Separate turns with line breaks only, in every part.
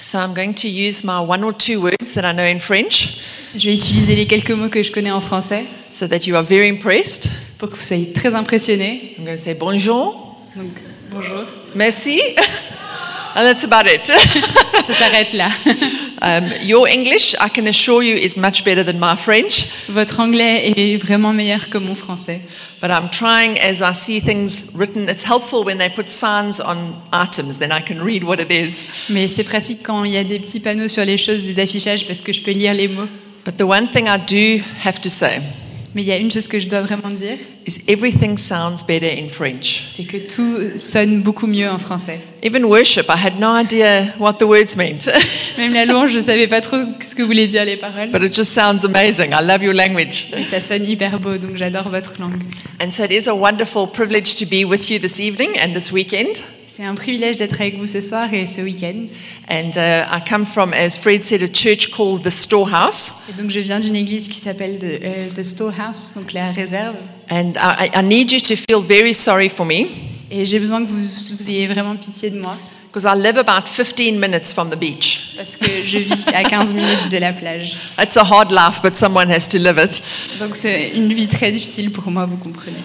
So I'm going to use my one or two words that I know in French
Je vais utiliser les quelques mots que je connais en français
so that you are very impressed.
pour que vous soyez très impressionnés.
I'm going to say bonjour,
Donc, bonjour.
merci, and that's about it.
Ça s'arrête là.
um, your English, I can assure you, is much better than my French,
Votre anglais est vraiment meilleur que mon français.
but I'm trying as I see things written. It's helpful when they put signs on items, then I can read what it is.
Mais c'est pratique quand il y a des petits panneaux sur les choses, des affichages, parce que je peux lire les mots.
But the one thing I do have to say
Mais il y a une chose que je dois vraiment dire,
is everything sounds better in French.
c'est que tout sonne beaucoup mieux en français.
Even worship, I had no idea what the words meant.
Même la louange, je savais pas trop ce que voulaient dire les paroles.
But it just sounds amazing. I love your language.
Mais ça sonne hyper beau, donc j'adore votre langue.
And so it is a wonderful privilege to be with you this evening and this weekend.
C'est un privilège d'être avec vous ce soir et ce week-end.
And uh, I come from, as Fred said, a church called the Storehouse.
Et donc je viens d'une église qui s'appelle The, euh, The Storehouse, donc la réserve.
And I, I- I need you to feel very sorry for me
Et j'ai besoin que vous, vous ayez vraiment pitié de moi,
because I live about 15 minutes from the beach.
parce que je vis à 15 minutes de la plage.
It's a hard life, but someone has to live it.
Donc c'est une vie très difficile pour moi, vous comprenez.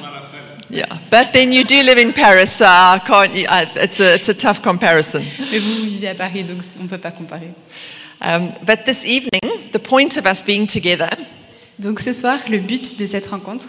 Yeah. But then you do live in Paris, so I can't, I, it's, a, it's a tough comparison.
Mais vous, vous vivez à Paris, donc on ne peut pas comparer.
Um, but this evening, the point of us being together
Donc ce soir, le but de cette rencontre,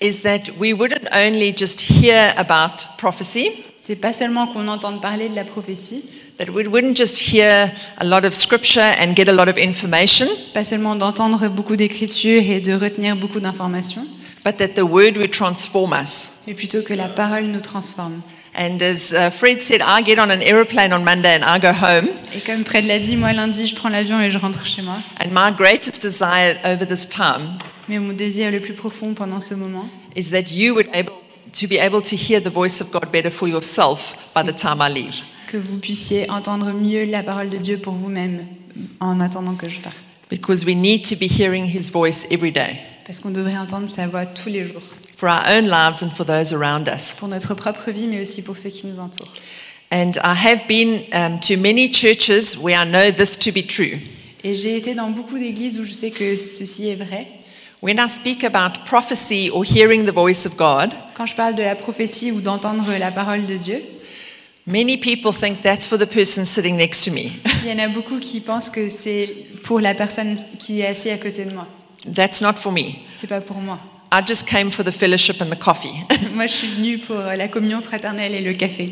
is that we wouldn't only just hear about prophecy.
c'est pas seulement qu'on entende parler de la prophétie,
That we wouldn't just hear a lot of scripture and get a lot of information,
pas seulement d'entendre beaucoup d'écritures et de retenir beaucoup d'informations,
but that the word would transform us.
mais plutôt que la parole nous transforme.
And as uh, Fred said, I get on an aeroplane on Monday and I go home.
Et comme Fred l'a dit, moi lundi, je prends l'avion et je rentre chez moi.
And my greatest desire over this time
Mais mon désir le plus profond pendant ce moment,
is that you would able to be able to hear the voice of God better for yourself by the time I leave.
que vous puissiez entendre mieux la parole de Dieu pour vous-même en attendant que je parte.
Because we need to be hearing his voice every day
Parce qu'on devrait entendre sa voix tous les jours,
for our own lives and for those around us.
pour notre propre vie, mais aussi pour ceux qui nous entourent.
And I have been um, to many churches where I know this to be true.
Et j'ai été dans beaucoup d'églises où je sais que ceci est vrai.
When I speak about prophecy or hearing the voice of God,
Quand je parle de la prophétie ou d'entendre la parole de Dieu,
many people think that's for the person sitting next to me.
il y en a beaucoup qui pensent que c'est pour la personne qui est assise à côté de moi.
That's not for me.
C'est pas pour moi.
I just came for the fellowship and the coffee.
Moi, je suis venue pour la communion fraternelle et le café.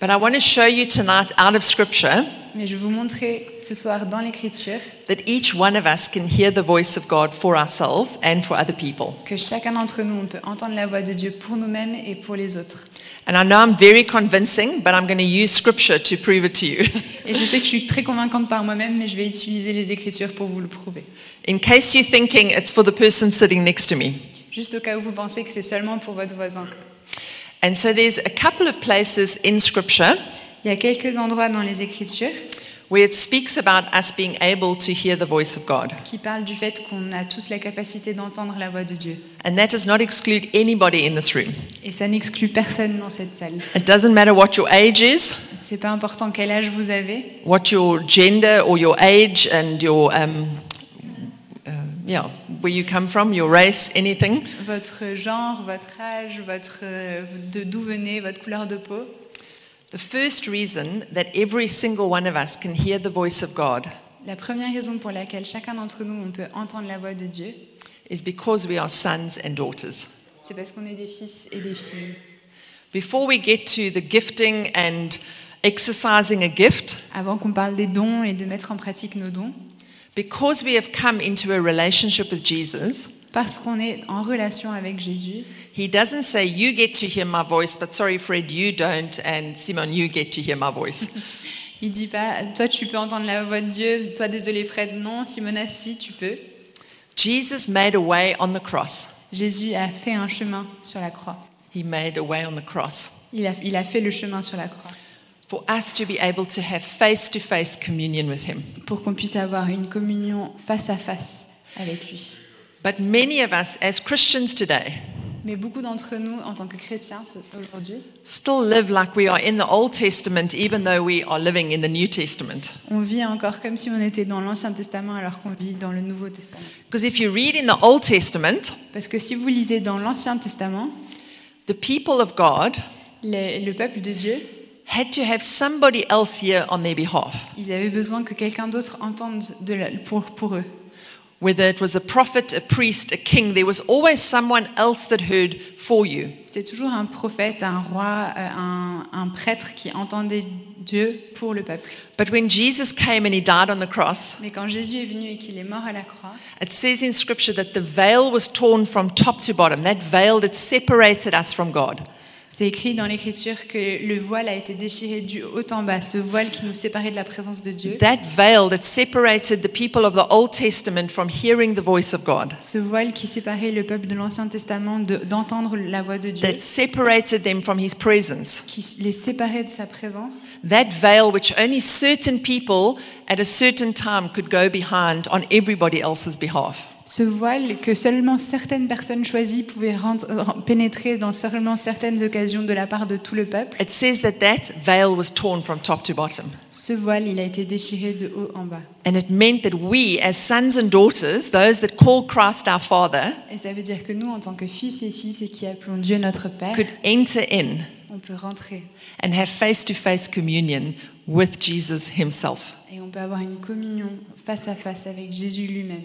but I want to show you tonight out of Scripture
Mais je vais vous montrer ce soir dans l'écriture
that each one of us can hear the voice of God for ourselves and for other people.
que chacun d'entre nous, on peut entendre la voix de Dieu pour nous-mêmes et pour les autres.
And I know I'm very convincing, but I'm going to use Scripture to prove it to you.
Et je sais que je suis très convaincante par moi-même, mais je vais utiliser les Écritures pour vous le prouver.
In case you're thinking it's for the person sitting next to me.
Juste au cas où vous pensez que c'est seulement pour votre voisin.
And so there's a couple of places in Scripture
Il y a quelques endroits dans les Écritures
where it speaks about us being able to hear the voice of God.
qui parlent du fait qu'on a tous la capacité d'entendre la voix de Dieu.
And that does not exclude anybody in this room.
Et ça n'exclut personne dans cette salle.
It doesn't matter what your age is,
C'est pas important quel âge vous avez,
what your gender or your age and your, um, uh, yeah, where you come from, your race, anything.
votre genre, votre âge, votre, euh, de d'où venez, votre couleur de peau.
The first reason that every single one of us can hear the voice of God
La première raison pour laquelle chacun d'entre nous, on peut entendre la voix de Dieu,
is because we are sons and daughters.
c'est parce qu'on est des fils et des filles.
Before we get to the gifting and exercising a gift,
Avant qu'on parle des dons et de mettre en pratique nos dons,
because we have come into a relationship with Jesus,
parce qu'on est en relation avec Jésus,
He doesn't say, You get to hear my voice, but sorry, Fred, you don't, and Simon, you get to hear my voice.
il dit pas toi tu peux entendre la voix de Dieu, toi désolé Fred non, Simona si tu peux.
Jesus made a way on the cross.
Jésus a fait un chemin sur la croix.
He made a way on the cross
Il a, il a fait le chemin sur la croix
for us to be able to have face to face communion with Him.
pour qu'on puisse avoir une communion face à face avec lui.
But many of us as Christians today
Mais beaucoup d'entre nous, en tant que chrétiens ce- aujourd'hui,
still live like we are in the Old Testament, even though we are living in the New Testament.
on vit encore comme si on était dans l'Ancien Testament alors qu'on vit dans le Nouveau Testament.
Because if you read in the Old Testament,
Parce que si vous lisez dans l'Ancien Testament,
the people of God
les- le peuple de Dieu,
had to have somebody else here on their behalf,
ils avaient besoin que quelqu'un d'autre entende de la- pour, pour eux.
whether it was a prophet, a priest, a king, there was always someone else that heard for you.
C'était toujours un prophète, un roi, euh, un, un prêtre qui entendait Dieu pour le peuple.
But when Jesus came and he died on the cross,
Mais quand Jésus est venu et qu'il est mort à la croix,
it says in scripture that the veil was torn from top to bottom, that veil that separated us from God.
c'est écrit dans l'Écriture que le voile a été déchiré du haut en bas, ce voile qui nous séparait de la présence de Dieu.
That veil that separated the people of the Old Testament from hearing the voice of God,
Ce voile qui séparait le peuple de l'Ancien Testament de- d'entendre la voix de Dieu,
that separated them from his presence.
qui les séparait de sa présence.
That veil which only certain people at a certain time could go behind on everybody else's behalf.
Ce voile que seulement certaines personnes choisies pouvaient rentrer- euh, pénétrer dans seulement certaines occasions de la part de tout le peuple.
It says that that veil was torn from top to bottom.
Ce voile, il a été déchiré de haut en bas.
And it meant that we, as sons and daughters, those that call Christ our Father,
Et ça veut dire que nous, en tant que fils et filles et qui appelons Dieu notre Père,
could enter in
on peut rentrer
and have face to face communion with Jesus himself.
et on peut avoir une communion face à face avec Jésus lui-même.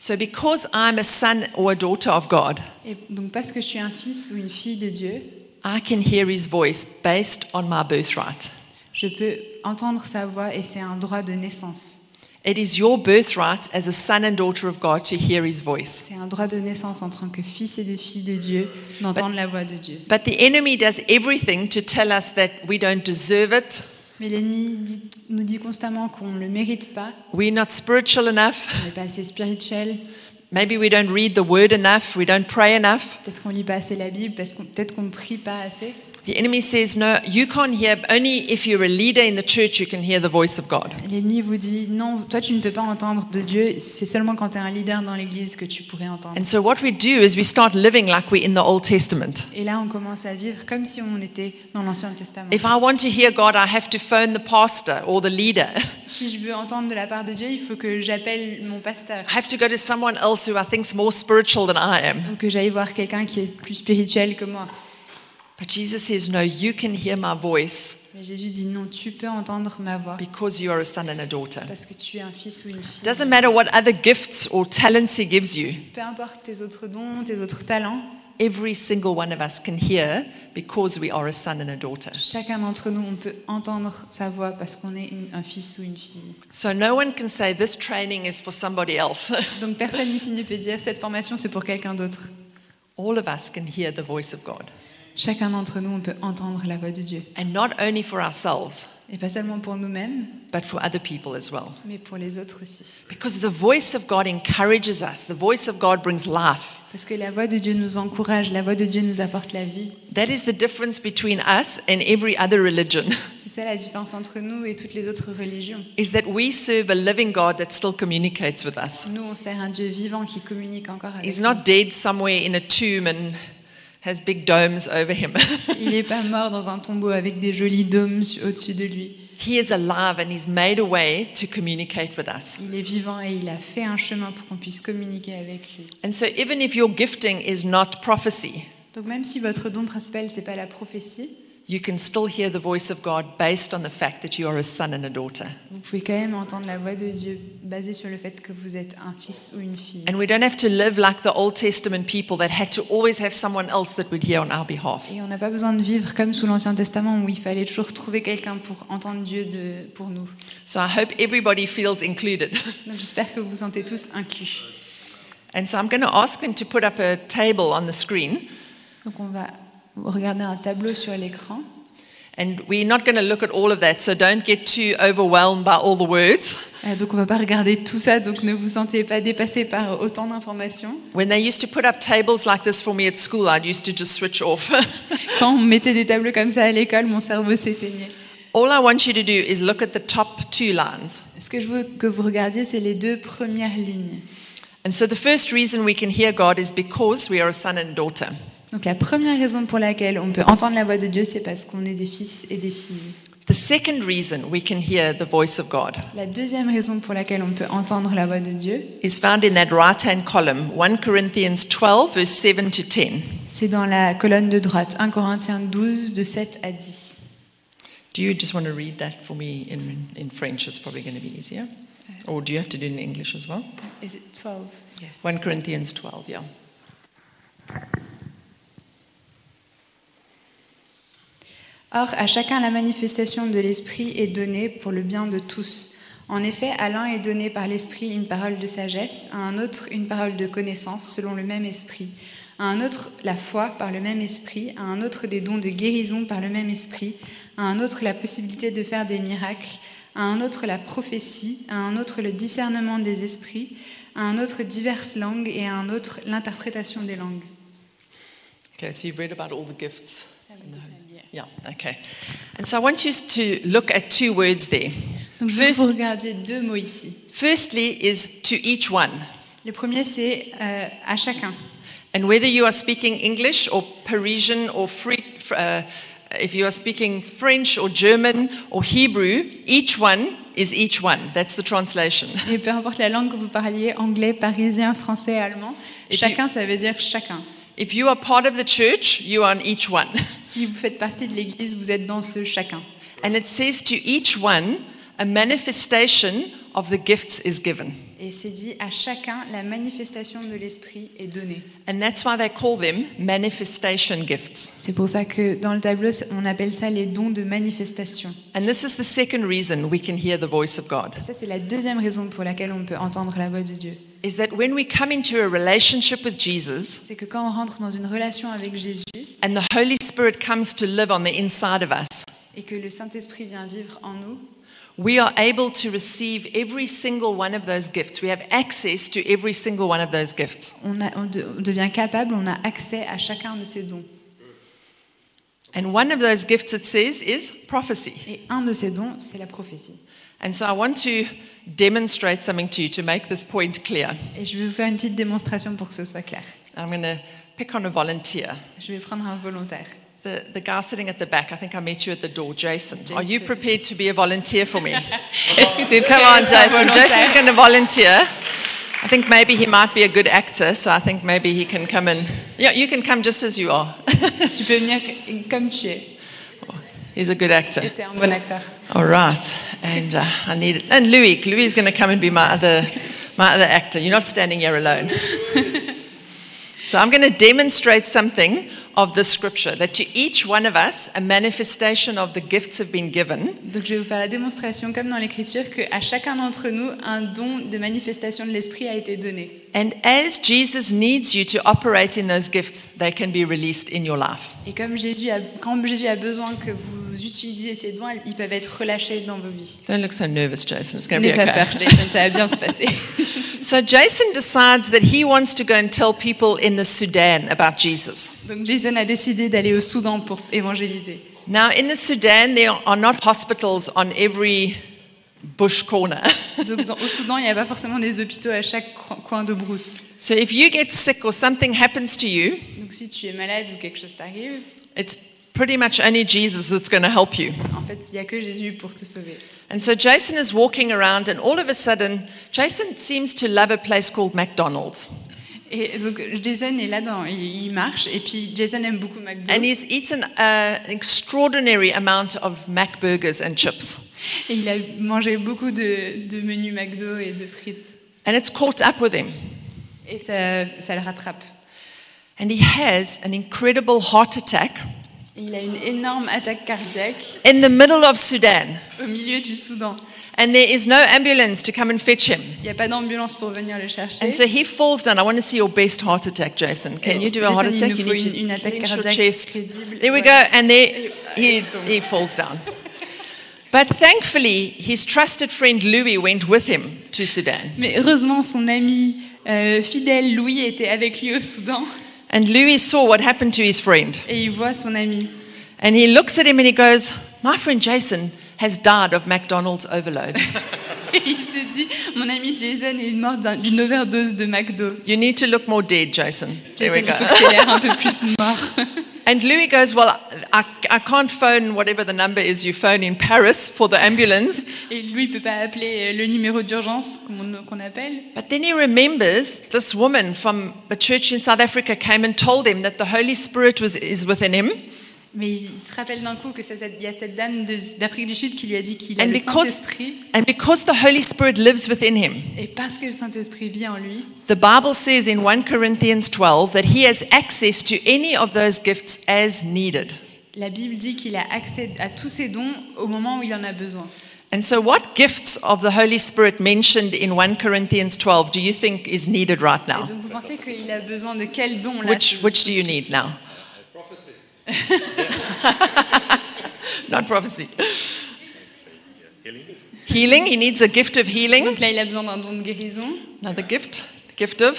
So, because I'm a son or a daughter of God,
Et donc parce que je suis un fils ou une fille de Dieu,
I can hear his voice based on my birthright.
je peux entendre sa voix et c'est un droit de naissance.
It is your birthright as a son and daughter of God to hear his voice.
C'est un droit de naissance en tant que fils et de fille de Dieu d'entendre la voix de Dieu.
But the enemy does everything to tell us that we don't deserve it,
Mais l'ennemi dit- nous dit constamment qu'on ne le mérite pas,
we're not spiritual enough,
on n'est pas assez spirituel,
maybe we don't read the word enough, we don't pray enough.
peut-être qu'on lit pas assez la Bible, parce qu'on peut-être qu'on ne prie pas assez.
The enemy says, No, you can't hear, only if you're a leader in the church, you can hear the voice of God.
L'ennemi vous dit non, toi tu ne peux pas entendre de Dieu, c'est seulement quand tu es un leader dans l'église que tu pourrais entendre.
And so, what we do is we start living like we're in the Old Testament.
Et là on commence à vivre comme si on était dans l'Ancien Testament.
If I want to hear God, I have to phone the pastor or the leader.
Si je veux entendre de la part de Dieu, il faut que j'appelle mon pasteur
I have to go to someone else who I think's more spiritual than I am.
ou que j'aille voir quelqu'un qui est plus spirituel que moi.
But Jesus says, No, you can hear my voice
Mais Jésus dit non, tu peux entendre ma voix
because you are a son and a daughter.
parce que tu es un fils ou une fille.
Doesn't matter what other gifts or talents he gives you,
Peu importe tes autres dons, tes autres talents,
every single one of us can hear because we are a son and a daughter.
chacun d'entre nous, on peut entendre sa voix parce qu'on est une- un fils ou une fille.
So no one can say this training is for somebody else.
Donc personne ici ne peut dire cette formation c'est pour quelqu'un d'autre.
All of us can hear the voice of God.
Chacun d'entre nous, on peut entendre la voix de Dieu.
And not only for ourselves,
Et pas seulement pour nous-mêmes,
but for other people as well.
mais pour les autres aussi.
Because the voice of God encourages us, the voice of God brings life.
Parce que la voix de Dieu nous encourage, la voix de Dieu nous apporte la vie.
That is the difference between us and every other religion.
C'est ça la différence entre nous et toutes les autres religions.
is that we serve a living God that still communicates with us.
Nous, on sert un Dieu vivant qui communique encore avec
He's
nous.
not dead somewhere in a tomb and has big domes over him.
Il n'est pas mort dans un tombeau avec des jolis dômes su- au-dessus de lui.
he is alive and he's made a way to communicate with us.
Il est vivant et il a fait un chemin pour qu'on puisse communiquer avec lui.
And so, even if your gifting is not prophecy,
Donc même si votre don principal, c'est pas la prophétie,
you can still hear the voice of God based on the fact that you are a son and a daughter.
vous pouvez quand même entendre la voix de Dieu basée sur le fait que vous êtes un fils ou une fille.
And we don't have to live like the Old Testament people that had to always have someone else that would hear on our behalf.
Et on n'a pas besoin de vivre comme sous l'Ancien Testament où il fallait toujours trouver quelqu'un pour entendre Dieu de- pour nous.
So, I hope everybody feels included.
Donc j'espère que vous vous sentez tous inclus.
and so, I'm going to ask them to put up a table on the screen.
Donc on va regarder un tableau sur l'écran.
And we're not going to look at all of that, so don't get too overwhelmed by all the words.
Euh, donc on va pas regarder tout ça, donc ne vous sentez pas dépassé par autant d'informations.
When they used to put up tables like this for me at school, I'd used to just switch off.
Quand on mettait des tableaux comme ça à l'école, mon cerveau s'éteignait.
all I want you to do is look at the top two lines.
Ce que je veux que vous regardiez, c'est les deux premières lignes.
And so the first reason we can hear God is because we are a son and daughter.
Donc la première raison pour laquelle on peut entendre la voix de Dieu, c'est parce qu'on est des fils et des filles.
The second reason we can hear the voice of God
La deuxième raison pour laquelle on peut entendre la voix de Dieu,
is found in that right hand column, 1 Corinthians 12, verse 7 to 10.
c'est dans la colonne de droite, 1 Corinthiens 12, de 7 à 10.
Do you just want to read that for me in, in French? It's probably going to be easier. Or do you have to do it in English as well?
Is it 12?
1 Corinthians 12, yeah.
Or, à chacun la manifestation de l'Esprit est donnée pour le bien de tous. En effet, à l'un est donné par l'Esprit une parole de sagesse, à un autre une parole de connaissance selon le même Esprit, à un autre la foi par le même Esprit, à un autre des dons de guérison par le même Esprit, à un autre la possibilité de faire des miracles, à un autre la prophétie, à un autre le discernement des esprits, à un autre diverses langues et à un autre l'interprétation des langues.
Okay, so you've read about all the gifts. and the- Yeah, okay. And so I want you to look at two words there.
Donc je veux que vous regardiez deux mots ici.
Firstly, is to each one.
Le premier, c'est euh, à chacun.
And whether you are speaking English or Parisian or free, uh, if you are speaking French or German or Hebrew, each one is each one. That's the translation.
Et peu importe la langue que vous parliez, anglais, parisien, français, allemand,
Et
chacun, ça veut dire chacun.
If you are part of the church, you are on each one.
Si vous faites partie de l'Église, vous êtes dans ce chacun.
And it says to each one, a manifestation of the gifts is given.
Et c'est dit, à chacun, la manifestation de l'Esprit est donnée.
And that's why they call them manifestation gifts.
C'est pour ça que dans le tableau, on appelle ça les dons de manifestation.
And this is the second reason we can hear the voice of God.
Ça, c'est la deuxième raison pour laquelle on peut entendre la voix de Dieu.
Is that when we come into a relationship with Jesus,
C'est que quand on rentre dans une relation avec Jésus
And the Holy Spirit comes to live on the inside of us.
et que le Saint-Esprit vient vivre en nous,
We are able to receive every single one of those gifts. We have access to every single one of those gifts.
on, a- on de- on devient capable, on a accès à chacun de ces dons.
And one of those gifts, it says, is prophecy.
Et un de ces dons, c'est la prophétie.
And so I want to demonstrate something to you to make this point clear.
Et je vais vous faire une petite démonstration pour que ce soit clair.
I'm going to pick on a volunteer.
Je vais prendre un volontaire.
The, the guy sitting at the back, I think I met you at the door, Jason. Are you
Jason.
prepared to be a volunteer for me?
Est-ce que tu es
Come on, Jason. Jason's going to volunteer. I think maybe he might be a good actor, so I think maybe he can come in. Yeah, you can come just as you are.
Tu peux venir que- comme tu es.
He's a good actor.
Et tu es un bon acteur.
All right, and uh, I need it. And Louis, Louis is going to come and be my other, my other actor. You're not standing here alone. so I'm going to demonstrate something of the scripture that to each one of us, a manifestation of the gifts have been given.
Donc je vais vous faire la démonstration, comme dans l'Écriture, qu'à chacun d'entre nous, un don de manifestation de l'Esprit a été donné.
And as Jesus needs you to operate in those gifts, they can be released in your life.
Et comme Jésus a, quand Jésus a besoin que vous utilisiez ces dons, ils peuvent être relâchés dans vos vies.
Don't look so nervous, Jason. It's going to
N'aie
be
pas peur,
okay.
Jason, ça va bien se passer.
So Jason decides that he wants to go and tell people in the Sudan about Jesus.
Donc Jason a décidé d'aller au Soudan pour évangéliser.
Now, in the Sudan, there are not hospitals on every bush corner.
Donc dans- au Soudan, il n'y a pas forcément des hôpitaux à chaque cro- coin de brousse.
so if you get sick or something happens to you,
Donc si tu es malade ou quelque chose t'arrive,
it's pretty much only Jesus that's going to help you.
en fait, il n'y a que Jésus pour te sauver.
And so Jason is walking around, and all of a sudden, Jason seems to love a place called McDonald's.
Et donc Jason est là, dans, il, il marche, et puis Jason aime beaucoup McDo.
And he's eaten uh, an extraordinary amount of McBurgers and chips.
Et il a mangé beaucoup de, de menus McDo et de frites.
And it's caught up with him.
Et ça, ça le rattrape.
And he has an incredible heart attack
Et il a une énorme attaque cardiaque
in the middle of Sudan.
au milieu du Soudan.
And there is no ambulance to come and fetch him.
Il n'y a pas d'ambulance pour venir le chercher.
And so he falls down. I want to see your best heart attack, Jason. Can you do a heart
Jason,
attack?
il nous
You
faut
need to
une- une attaque
clench your
cardiaque
chest.
crédible.
There we go.
Voilà.
And there he,
Et il
he falls down. But thankfully, his trusted friend Louis went with him to Sudan.
Mais heureusement, son ami euh, fidèle Louis était avec lui au Soudan.
And Louis saw what happened to his friend.
Et il voit son ami.
And he looks at him and he goes, My friend Jason has died of McDonald's overload.
Et il s'est dit, mon ami Jason est mort d'un- d'une overdose de McDo.
You need to look more dead, Jason. There we
Jason, il faut
go.
que tu aies l'air un peu plus mort.
And Louis goes, Well, I, I can't phone whatever the number is you phone in Paris for the ambulance.
Et lui, il peut pas appeler euh, le numéro d'urgence qu'on qu'on appelle.
But then he remembers this woman from a church in South Africa came and told him that the Holy Spirit was, is within him.
Mais il se rappelle d'un coup que c'est cette- il y a cette dame de- d'Afrique du Sud qui lui a dit qu'il a
And
le
because,
Saint-Esprit.
and because the Holy Spirit lives within him,
Et parce que le Saint-Esprit vit en lui,
the Bible says in 1 Corinthians 12 that he has access to any of those gifts as needed.
la Bible dit qu'il a accès à tous ses dons au moment où il en a besoin.
And so, what gifts of the Holy Spirit mentioned in 1 Corinthians 12 do you think is needed right now?
Et donc vous pensez qu'il a besoin de quel don là
Ah. Which,
tout-
which
tout
do
de
you need
suite
now? Not prophecy. Healing. He needs a gift of healing.
Donc là, il a besoin d'un don de guérison,
Another gift. Gift of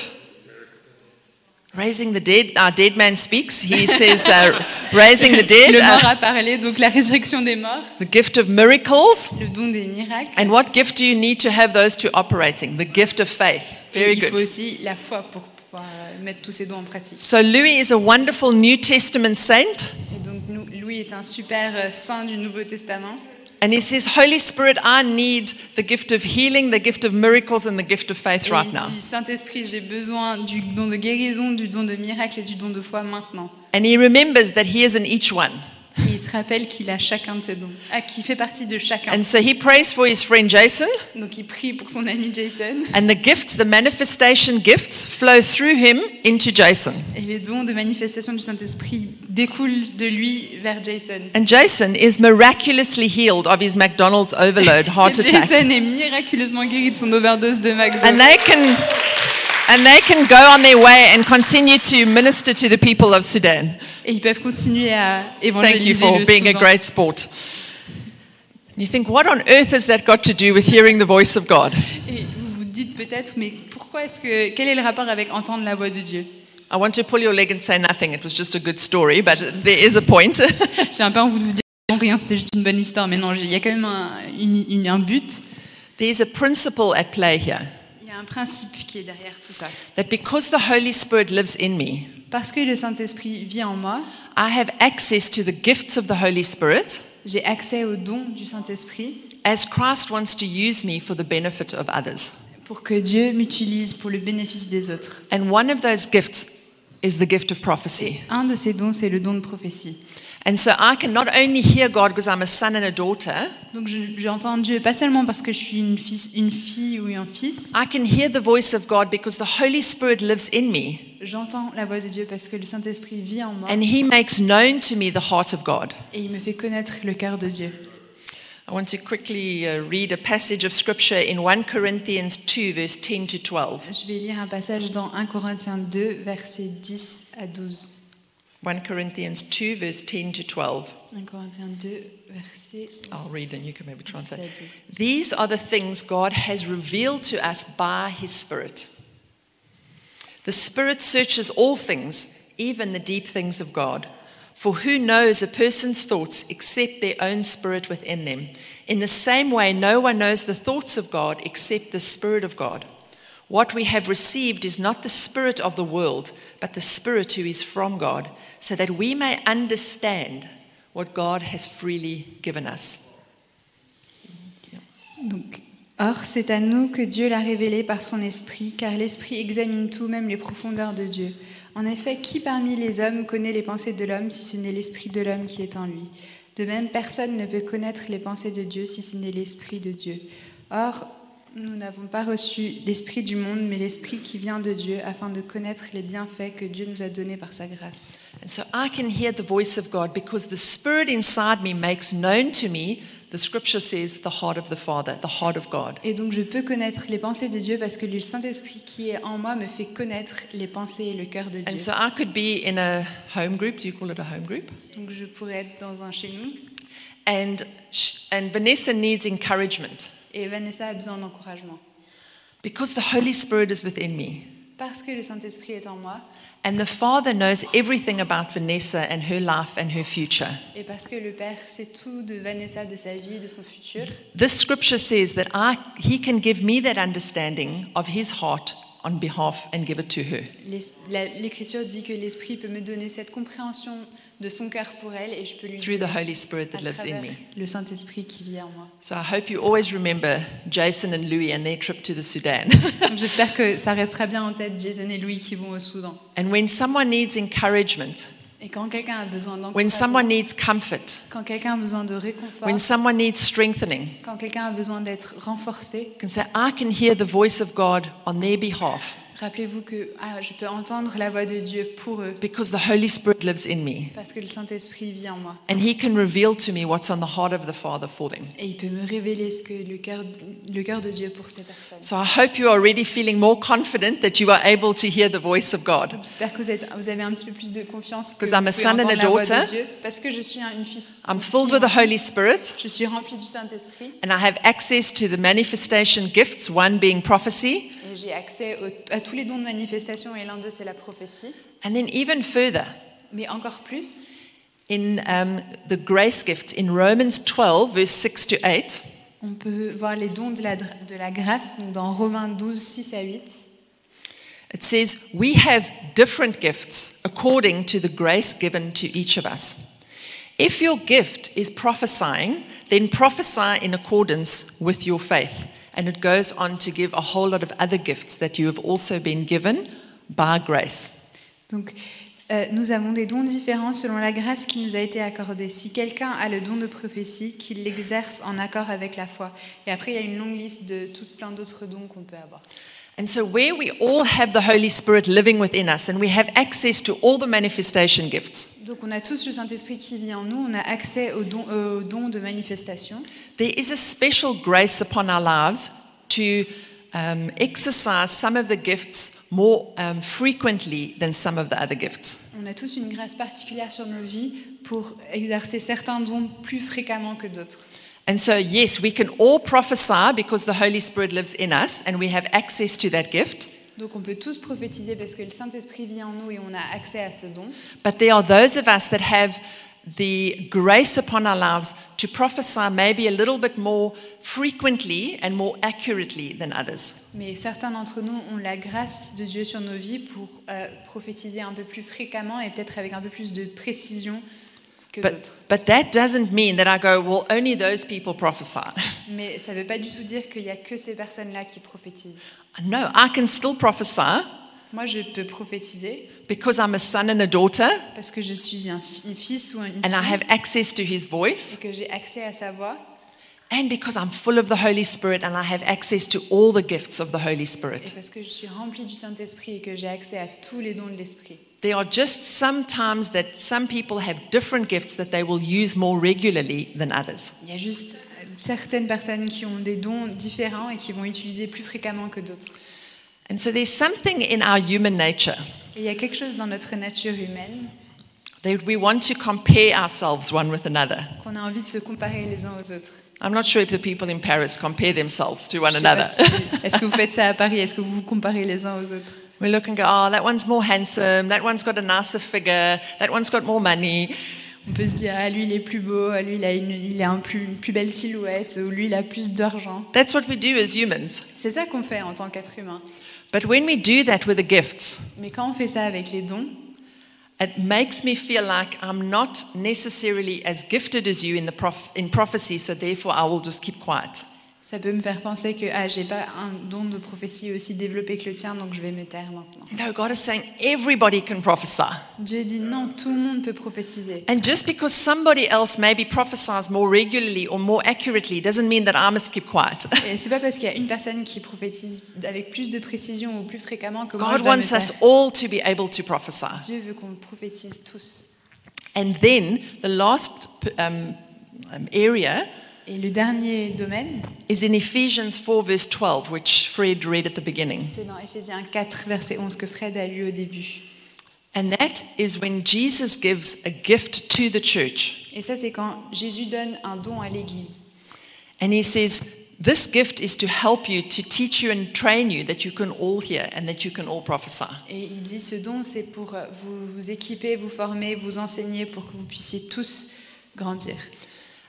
raising the dead. Our dead man speaks. He says, uh, raising the dead.
le
uh,
mort a parlé, donc la résurrection des morts,
the gift of miracles.
le don des miracles.
And what gift do you need to have those two operating? The gift of faith.
Et
Very
il faut
Eh good.
aussi la foi pour pouvoir euh, mettre tous ses dons en pratique.
So Louis is a wonderful New Testament saint.
Et donc nous, Louis est un super euh, saint du Nouveau Testament.
And he says, Holy Spirit, I need the gift of healing, the gift of miracles, and the gift of faith
Et
right
il
now.
dit, Saint-Esprit, j'ai besoin du don de guérison, du don de miracle et du don de foi maintenant.
And he remembers that he is in each one.
Et il se rappelle qu'il a chacun de ses dons, ah, qu'il fait partie de chacun.
And so he prays for his friend Jason,
Donc il prie pour son ami Jason.
and the gifts, the manifestation gifts, flow through him into Jason.
Et les dons de manifestation du Saint-Esprit découlent de lui vers Jason.
And Jason is miraculously healed of his McDonald's overload heart
Et
attack.
Jason est miraculeusement guéri de son overdose de
And
McDo.
they can, and they can go on their way and continue to minister to the people of Sudan.
Et ils peuvent continuer à
Thank you
évangéliser
for
le
being a
Soudan.
great sport. You think, what on earth has that got to do with hearing the voice of God?
Et vous vous dites peut-être, mais pourquoi est-ce que quel est le rapport avec entendre la voix de Dieu
I want to pull your leg and say nothing. It was just a good story, but there is a point.
J'ai un peu envie de vous dire non, rien, c'était juste une bonne histoire, mais non, j'ai- il y a quand même un, une- une- un but.
There's a principle at play here
Il y a un principe qui est derrière tout ça.
that because the Holy Spirit lives in me,
Parce que le Saint-Esprit vit en moi,
I have access to the gifts of the Holy Spirit
j'ai accès aux dons du Saint-Esprit
as Christ wants to use me for the benefit of others.
pour que Dieu m'utilise pour le bénéfice des autres.
And one of those gifts is the gift of prophecy.
Un de ces dons, c'est le don de prophétie.
And so I can not only hear God because I'm a son and a daughter,
Donc je- j'entends Dieu pas seulement parce que je suis une, fils- une fille ou un fils,
I can hear the voice of God because the Holy Spirit lives in me
j'entends la voix de Dieu parce que le Saint-Esprit vit en moi
and He makes known to me the heart of God.
et il me fait connaître le cœur de Dieu.
I want to quickly uh, read a passage of scripture in 1 Corinthians 2, verse 10 to 12.
Je vais lire un passage dans 1 Corinthiens 2, versets 10 à 12.
1 Corinthians 2, verse 10 to 12.
1 Corinthiens 2, versets
I'll read and you can maybe
10 à 12.
translate. These are the things God has revealed to us by His Spirit. The Spirit searches all things, even the deep things of God. For who knows a person's thoughts except their own spirit within them? In the same way, no one knows the thoughts of God except the Spirit of God. What we have received is not the Spirit of the world, but the Spirit who is from God, so that we may understand what God has freely given us.
Donc, Or, c'est à nous que Dieu l'a révélé par son esprit, car l'esprit examine tout, même les profondeurs de Dieu. En effet, qui parmi les hommes connaît les pensées de l'homme si ce n'est l'esprit de l'homme qui est en lui De même, personne ne peut connaître les pensées de Dieu si ce n'est l'esprit de Dieu. Or, nous n'avons pas reçu l'esprit du monde, mais l'esprit qui vient de Dieu, afin de connaître les bienfaits que Dieu nous a donnés par sa grâce.
And so I can hear the voice of God because the Spirit inside me makes known to me, the scripture says, the heart of the Father, the heart of God.
Et donc je peux connaître les pensées de Dieu parce que le Saint-Esprit qui est en moi me fait connaître les pensées et le cœur de Dieu.
And so I could be in a home group, do you call it a home group?
Donc je pourrais être dans un chez nous.
And, sh- and Vanessa needs encouragement
Et Vanessa a besoin d'encouragement.
because the Holy Spirit is within me.
parce que le Saint-Esprit est en moi
And the Father knows everything about Vanessa and her life and her future.
et parce que le Père sait tout de Vanessa, de sa vie, de son futur.
This scripture says that I, He can give me that understanding of His heart on behalf and give it to her.
L'es- la- L'Écriture dit que l'Esprit peut me donner cette compréhension de son cœur pour elle et je peux lui
through the
donner
Holy Spirit that
à
lives in
travers
me.
le Saint-Esprit qui vit en moi.
So I hope you always remember Jason and Louis and their trip to the Sudan.
Donc, J'espère que ça restera bien en tête Jason et Louis qui vont au Soudan.
and when someone needs encouragement,
Et quand quelqu'un a besoin
when someone
d'encouragement,
needs comfort,
quand quelqu'un a besoin de réconfort,
when someone needs strengthening, you
quand quelqu'un a besoin d'être renforcé,
can say, I can hear the voice of God on their behalf
rappelez-vous que ah, je peux entendre la voix de Dieu pour eux
because the Holy Spirit lives in me.
parce que le Saint-Esprit vit en moi.
And He can reveal to me what's on the heart of the Father for them.
Et il peut me révéler ce que le cœur, le cœur de Dieu pour ces personnes.
So I hope you are already feeling more confident that you are able to hear the voice of God.
Donc, J'espère que vous, êtes- vous avez un petit peu plus de confiance que vous
Because I'm a
pouvez
son and
entendre
a
la voix
daughter.
de Dieu, parce que je suis un- une fils.
I'm filled with the Holy Spirit
Je suis remplie du Saint-Esprit
and I have access to the manifestation gifts, one being prophecy,
et j'ai accès au- à tous les dons de manifestation et l'un d'eux c'est la prophétie.
and then even further
Mais encore plus,
in um, the grace gifts in Romans 12, verse 6 to 8.
on peut voir les dons de la, de la grâce donc dans Romains 12, 6 à 8.
It says, We have different gifts according to the grace given to each of us. If your gift is prophesying, then prophesy in accordance with your faith. And it goes on to give a whole lot of other gifts that you have also been given by grace.
Donc, euh, nous avons des dons différents selon la grâce qui nous a été accordée. Si quelqu'un a le don de prophétie, qu'il l'exerce en accord avec la foi. Et après, il y a une longue liste de tout plein d'autres dons qu'on peut avoir.
And so, where we all have the Holy Spirit living within us and we have access to all the manifestation gifts,
Donc, on a tous le Saint-Esprit qui vit en nous, on a accès aux dons, euh, aux dons de manifestation.
There is a special grace upon our lives to um, exercise some of the gifts more um, frequently than some of the other gifts.
On a tous une grâce particulière sur nos vies pour exercer certains dons plus fréquemment que d'autres.
And so, yes, we can all prophesy because the Holy Spirit lives in us and we have access to that gift.
Donc on peut tous prophétiser parce que le Saint-Esprit vit en nous et on a accès à ce don.
But there are those of us that have the grace upon our lives to prophesy maybe a little bit more frequently and more accurately than others.
Mais certains d'entre nous ont la grâce de Dieu sur nos vies pour euh, prophétiser un peu plus fréquemment et peut-être avec un peu plus de précision que
But,
d'autres.
but that doesn't mean that I go, well, only those people prophesy.
Mais ça ne veut pas du tout dire qu'il n'y a que ces personnes-là qui prophétisent.
No, I can still prophesy
Moi, je peux prophétiser
because I'm a son and a daughter
parce que je suis un, fi- une fils ou une
and I
fille
have access to his
et
voice,
que j'ai accès à sa voix
and because I'm full of the Holy Spirit and I have access to all the gifts of the Holy
et
Spirit.
parce que je suis remplie du Saint-Esprit et que j'ai accès à tous les dons de l'Esprit.
There are just some times that some people have different gifts that they will use more regularly than others.
Il y a juste euh, certaines personnes qui ont des dons différents et qui vont utiliser plus fréquemment que d'autres.
And so there's something in our human nature
Et il y a quelque chose dans notre nature humaine
that we want to compare ourselves one with another.
qu'on a envie de se comparer les uns aux autres.
I'm not sure if the people in Paris compare themselves to one
Je sais pas
another.
si- Est-ce que vous faites ça à Paris Est-ce que vous vous comparez les uns aux autres
We look and go, oh, that one's more handsome, that one's got a nicer figure, that one's got more money.
On peut se dire, ah lui il est plus beau, ah lui il a, une, il a un plus, une plus belle silhouette, ou lui il a plus d'argent.
That's what we do as humans.
C'est ça qu'on fait en tant qu'être humain.
But when we do that with the gifts,
Mais quand on fait ça avec les dons,
it makes me feel like I'm not necessarily as gifted as you in, the prof- in prophecy, so therefore I will just keep quiet.
ça peut me faire penser que ah j'ai pas un don de prophétie aussi développé que le tien, donc je vais me taire maintenant.
No, God is saying everybody can prophesy.
Dieu dit non, tout le monde peut prophétiser.
And just because somebody else maybe prophesies more regularly or more accurately doesn't mean that I must keep quiet.
Et c'est pas parce qu'il y a une personne qui prophétise avec plus de précision ou plus fréquemment que moi, je
God
dois me
wants us
taire.
all to be able to prophesy.
Dieu veut qu'on prophétise tous.
And then the last um, um, area
Et le dernier domaine,
is in Ephesians 4, verse 12, which Fred read at the beginning.
c'est dans Éphésiens 4, verset 11 que Fred a lu au début.
And that is when Jesus gives a gift to the church.
Et ça, c'est quand Jésus donne un don à l'Église.
And he says, This gift is to help you, to teach you and train you that you can all hear and that you can all prophesy.
Et il dit ce don, c'est pour euh, vous, vous équiper, vous former, vous enseigner pour que vous puissiez tous grandir.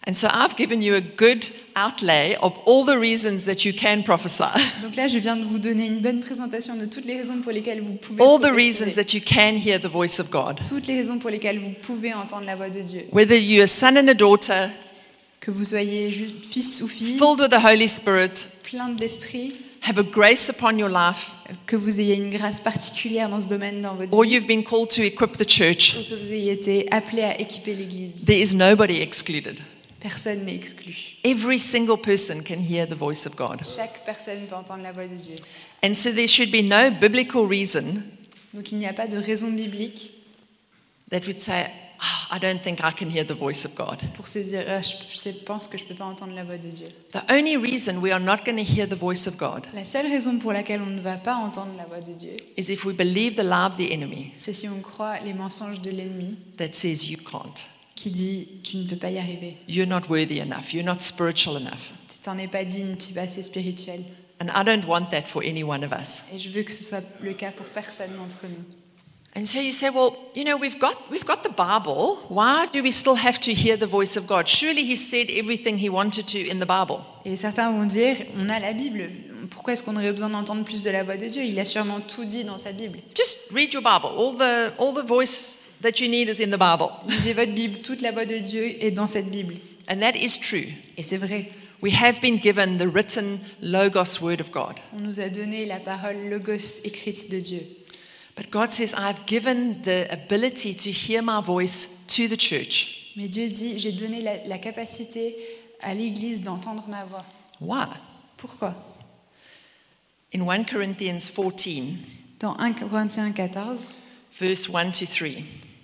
And so I've given you a good outlay of all the reasons that you can prophesy,
Donc là, je viens de vous donner une bonne présentation de toutes les raisons pour lesquelles vous pouvez
all the
prophétiser,
reasons that you can hear the voice of God.
toutes les raisons pour lesquelles vous pouvez entendre la voix de Dieu.
Whether you're a son and a daughter,
Que vous soyez juste fils ou fille,
filled with the Holy Spirit,
plein de l'esprit,
have a grace upon your life,
que vous ayez une grâce particulière dans ce domaine dans votre
or
vie,
you've been called to equip the church,
ou que vous ayez été appelé à équiper l'Église.
there is nobody excluded.
Personne n'est exclu.
Every single person can hear the voice of God.
Chaque personne peut entendre la voix de Dieu.
And so there should be no biblical reason
Donc il n'y a pas de raison biblique
that would say, "Ah, I don't think I can hear the voice of God.
pour se dire Ah, je je pense que je ne peux pas entendre la voix de Dieu.
The only reason we are not going to hear the voice of God
La seule raison pour laquelle on ne va pas entendre la voix de Dieu,
is if we believe the lie of the enemy
c'est si on croit les mensonges de l'ennemi
that says you can't,
qui dit tu ne peux pas y arriver,
you're not worthy enough, you're not spiritual enough.
tu t'en es pas digne, tu n'es pas assez spirituel.
And I don't want that for any one of us.
Et je veux que ce soit le cas pour personne d'entre nous.
And so you say, well, you know, we've got, we've got the Bible. Why do we still have to hear the voice of God? Surely he said everything he wanted to in the Bible.
Et certains vont dire on a la Bible, pourquoi est-ce qu'on aurait besoin d'entendre plus de la voix de Dieu Il a sûrement tout dit dans sa Bible.
Just read your Bible. All the, all the voice that you need is in the Bible.
Lisez votre Bible, toute la voix de Dieu est dans cette Bible.
And that is true.
Et c'est vrai,
We have been given the written Logos word of God.
on nous a donné la parole logos écrite de Dieu.
But God says, I have given the ability to hear my voice to the church.
Mais Dieu dit j'ai donné la, la capacité à l'Église d'entendre ma voix.
Why?
Pourquoi
In 1 Corinthians 14,
Dans 1 Corinthiens 14,
verse 1 to 3.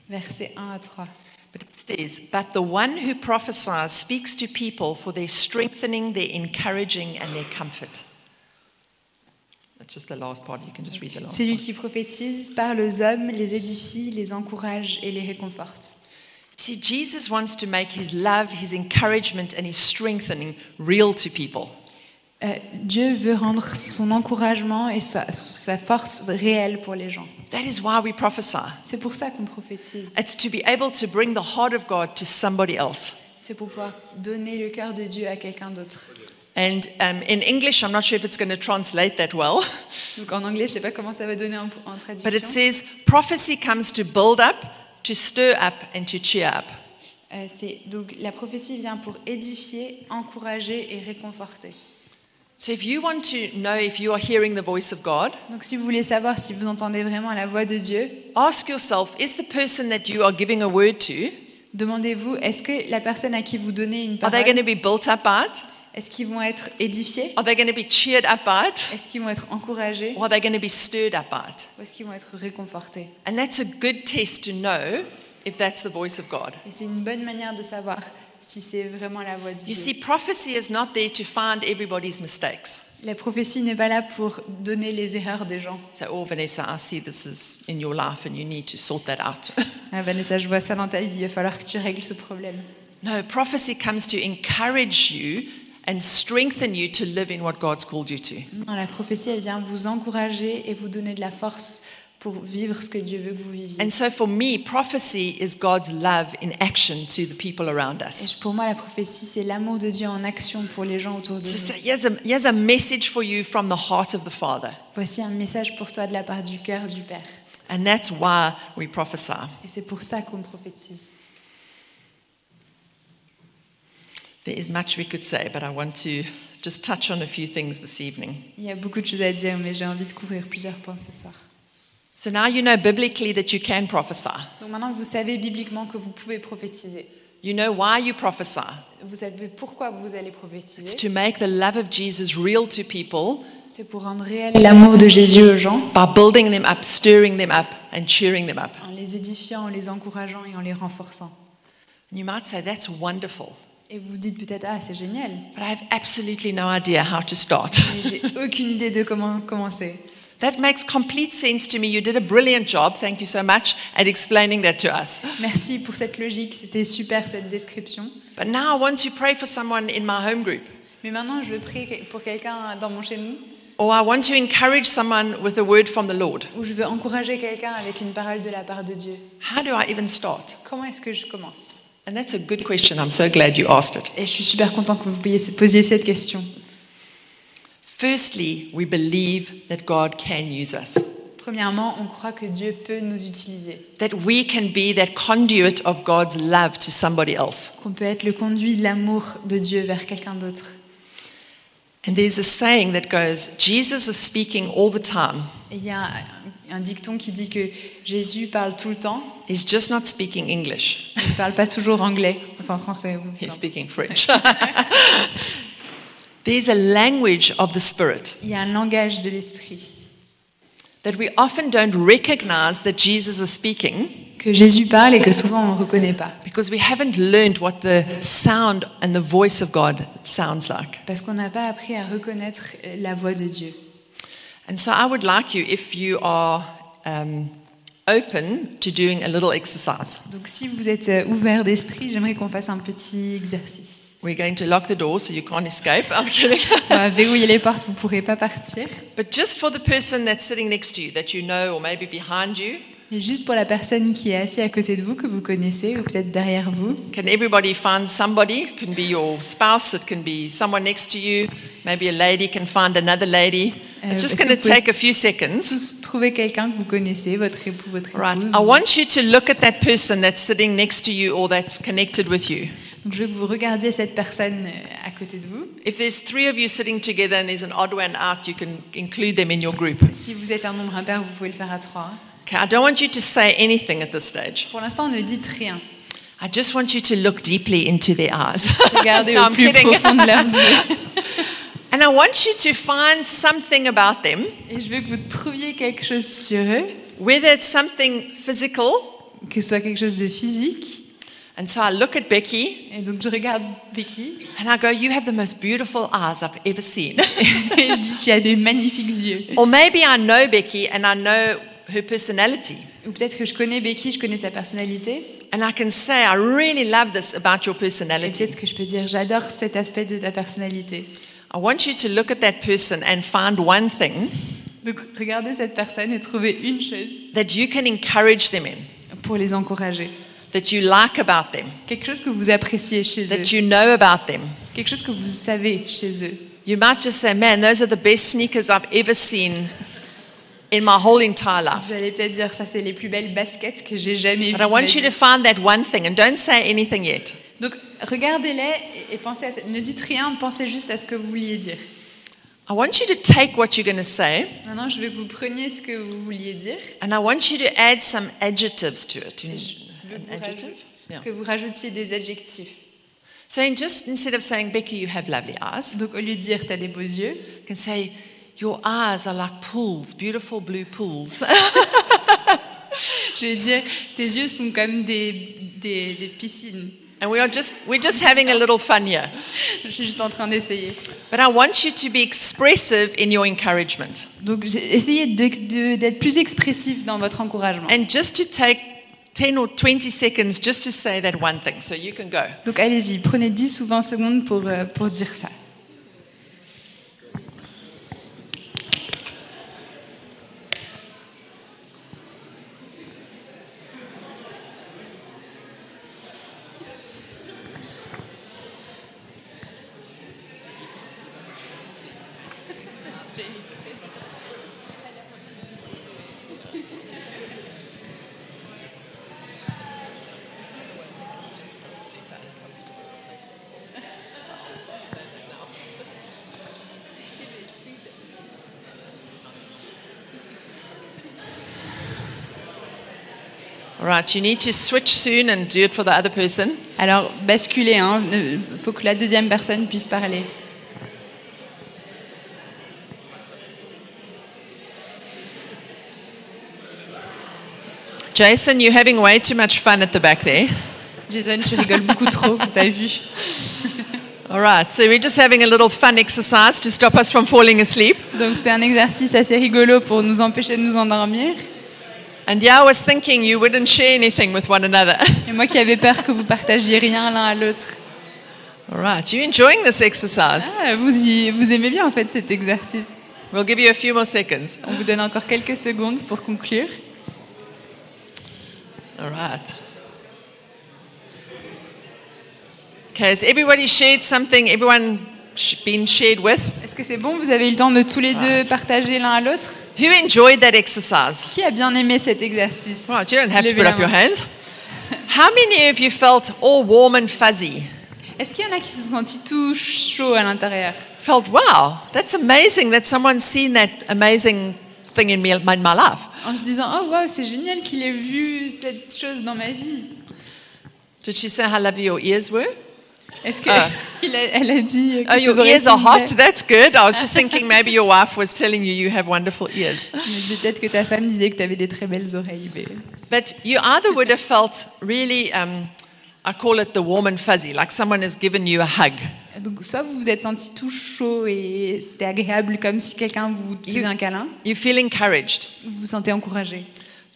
versets 1 à 3.
But it says, But the one who prophesies speaks to people for their strengthening, their encouraging, and their comfort. That's just the last part. You can just read the last
Celui
part.
qui prophétise parle aux hommes, les édifie, les encourage et les réconforte.
See, Jesus wants to make his love, his encouragement, and his strengthening real to people.
Euh, Dieu veut rendre son encouragement et sa, sa force réelle pour les gens.
That is why we prophesy.
C'est pour ça qu'on prophétise.
It's to be able to bring the heart of God to somebody else.
C'est pour pouvoir donner le cœur de Dieu à quelqu'un d'autre.
And um, in English, I'm not sure if it's going to translate that well,
Donc en anglais, je sais pas comment ça va donner en, en
but it
traduction.
says prophecy comes to build up, to stir up, and to cheer up.
Euh, c'est- donc la prophétie vient pour édifier, encourager et réconforter.
So if you want to know if you are hearing the voice of God,
Donc si vous voulez savoir si vous entendez vraiment la voix de Dieu,
ask yourself is the person that you are giving a word to,
demandez-vous est-ce que la personne à qui vous donnez une
are they going
parole,
to be built up by it?
est-ce qu'ils vont être édifiés,
Are they going to be cheered up by it?
est-ce qu'ils vont être encouragés
Or are they going to be stirred up by it?
ou est-ce qu'ils vont être réconfortés
And that's a good test to know if that's the voice of God.
Et c'est une bonne manière de savoir si c'est vraiment la voix de
You
Dieu.
see, prophecy is not there to find everybody's mistakes.
La prophétie n'est pas là pour donner les erreurs des gens.
So, oh, Vanessa, I see this is in your life and you need to sort that out.
Ah, Vanessa, je vois ça dans ta vie, il va falloir que tu règles ce problème.
no, prophecy comes to encourage you and strengthen you to live in what God's called you to.
Non, la prophétie, elle vient vous encourager et vous donner de la force pour vivre ce que Dieu veut que vous viviez.
And so for me, prophecy is God's love in action to the people around
Et
us.
je- pour moi, la prophétie, c'est l'amour de Dieu en action pour les gens autour de
So, so
nous.
here's, a, here's a message for you from the heart of the Father.
Voici un message pour toi de la part du cœur du Père.
And that's why we prophesy.
Et c'est pour ça qu'on prophétise.
There is much we could say, but I want to just touch on a few things this evening.
Il y a beaucoup de choses à dire, mais j'ai envie de couvrir plusieurs points ce soir.
So now you know biblically that you can prophesy.
Donc maintenant, vous savez bibliquement que vous pouvez prophétiser.
You know why you prophesy.
Vous savez pourquoi vous allez
It's
prophétiser.
to make the love of Jesus real to people
C'est pour rendre réel l'amour de Jésus aux gens
by building them up, stirring them up, and cheering them up.
en les édifiant, en les encourageant et en les renforçant.
And you might say, that's wonderful,
Et vous vous dites peut-être, ah, c'est génial,
but I have absolutely no idea how to start.
mais j'ai aucune idée de comment commencer.
That makes complete sense to me. You did a brilliant job, thank you so much, at explaining that to us.
Merci pour cette logique, c'était super cette description.
But now I want to pray for someone in my home group.
Mais maintenant, je veux prier pour quelqu'un dans mon chez-nous,
Or I want to encourage someone with a word from the Lord.
ou je veux encourager quelqu'un avec une parole de la part de Dieu.
How do I even start?
Comment est-ce que je commence
And that's a good question. I'm so glad you asked it.
Et je suis super content que vous puissiez- posiez cette question.
Firstly, we believe that God can use us,
Premièrement, on croit que Dieu peut nous utiliser,
that we can be that conduit of God's love to somebody else.
qu'on peut être le conduit de l'amour de Dieu vers quelqu'un d'autre.
And there's a saying that goes Jesus is speaking all the time,
Et il y a un, un dicton qui dit que Jésus parle tout le temps,
he's just not speaking English,
il ne parle pas toujours anglais, enfin français. ou-
he's speaking French. there's a language of the Spirit
Il y a un langage de l'esprit
that we often don't recognize that Jesus is speaking
que Jésus parle et que souvent on ne reconnaît pas,
because we haven't learned what the sound and the voice of God sounds like.
parce qu'on n'a pas appris à reconnaître la voix de Dieu.
And so I would like you, if you are um, open to doing a little exercise,
Donc si vous êtes euh, ouvert d'esprit, j'aimerais qu'on fasse un petit exercice.
we're going to lock the door so you can't escape. I'm kidding.
On va verrouiller les portes, vous ne pourrez pas partir.
but just for the person that's sitting next to you, that you know, or maybe behind you,
Mais juste pour la personne qui est assise à côté de vous, que vous connaissez, ou peut-être derrière vous,
can everybody find somebody? It can be your spouse, it can be someone next to you, maybe a lady can find another lady. It's
Uh,
just
is it
going to
with-
take a few seconds.
tous trouver quelqu'un que vous connaissez, votre époux, votre épouse.
Right. I want you to look at that person that's sitting next to you or that's connected with you.
Donc, je veux que vous regardiez cette personne euh, à côté de vous.
If there's three of you sitting together and there's an odd one out, you can include them in your group.
Si vous êtes un nombre impair, vous pouvez le faire à trois.
Okay, I don't want you to say anything at this stage.
Pour l'instant, ne dites rien.
I just want you to look deeply into their eyes.
Regardez
No,
au
I'm
plus
kidding.
profond de leurs yeux.
and I want you to find something about them,
Et je veux que vous trouviez quelque chose sur eux,
whether it's something physical.
que ce soit quelque chose de physique.
And so I look at Becky
Et donc, je regarde Becky
and I go, You have the most beautiful eyes I've ever seen.
et je dis Tu as des magnifiques yeux.
or maybe I know Becky and I know her personality.
Ou peut-être que je connais Becky, je connais sa personnalité.
And I can say, I really love this about your
Et
personality.
peut-être que je peux dire J'adore cet aspect de ta personnalité.
I want you to look at that person and find one thing
Donc, regardez cette personne et trouvez une chose
that you can encourage them in,
pour les encourager.
that you like about them,
Quelque chose que vous appréciez chez eux.
that you know about them.
Quelque chose que vous savez chez eux.
You might just say, man, those are the best sneakers I've ever seen in my whole entire life.
Vous allez peut-être dire ça, c'est les plus belles baskets que j'ai jamais vues.
But I want you
de ma
to
vie.
find that one thing and don't say anything yet.
Donc regardez-les et- et pensez à ça. Ne dites rien, pensez juste à ce que vous vouliez dire.
I want you to take what you're going to say
Maintenant, je veux que vous preniez ce que vous vouliez dire.
and I want you to add some adjectives to it. You-
Je
an
veux que vous
adjective?
rajoutiez-
Yeah.
que vous rajoutiez des adjectifs.
So in just instead of saying, Becky, you have lovely eyes,
Donc au lieu de dire t'as des beaux yeux,
you can say, your eyes are like pools, beautiful blue pools.
je vais dire tes yeux sont comme des, des, des piscines.
And we are just, we're just having a little fun here.
Je suis juste en train d'essayer.
But I want you to be expressive in your encouragement.
Donc j'ai- essayez de- de- d'être plus expressif dans votre encouragement.
And just to take 10 or 20 seconds just to say that one thing. So you can go.
Donc allez-y, prenez 10 ou 20 secondes pour, euh, pour dire ça.
All right, you need to switch soon and do it for the other person.
Alors basculez, hein, ne- faut que la deuxième personne puisse parler.
Jason, you're having way too much fun at the back there.
Jason, tu rigoles beaucoup trop, t'as vu.
All right, so we're just having a little fun exercise to stop us from falling asleep.
Donc c'est un exercice assez rigolo pour nous empêcher de nous endormir.
And yeah, I was thinking you wouldn't share anything with one another.
Et moi qui avais peur que vous partagiez rien l'un à l'autre.
All right, you enjoying this exercise?
Ah, vous, y- vous aimez bien en fait cet exercice.
We'll give you a few more seconds.
On vous donne encore quelques secondes pour conclure.
All right. Okay, has everybody shared something everyone sh- been shared with?
Est-ce que c'est bon Vous avez eu le temps de tous les
Ah,
deux partager l'un à l'autre
Who enjoyed that exercise?
Qui a bien aimé cet exercice
Right, you don't have to
Levez
put
la
up your
main.
hands. How many of you felt all warm and fuzzy?
Est-ce qu'il y en a qui se sont sentis tout chauds à l'intérieur
Felt, wow, that's amazing that someone's seen that amazing thing in, me, in my life.
en se disant Oh waouh, c'est génial qu'il ait vu cette chose dans ma vie
Did she say how lovely your ears were?
Est-ce que
Ah.
il a- elle a dit que
Oh,
tes
your
oreilles
ears
sont
are hot.
belles
That's good. I was just thinking maybe your wife was telling you you have wonderful ears.
Je me disais peut-être que ta femme disait que tu avais des très belles oreilles. mais-
But you either would have felt really, um, I call it the warm and fuzzy, like someone has given you a hug.
Donc, soit vous vous êtes senti tout chaud et c'était agréable, comme si quelqu'un vous faisait
You-
un câlin,
You feel encouraged.
vous vous sentez encouragé.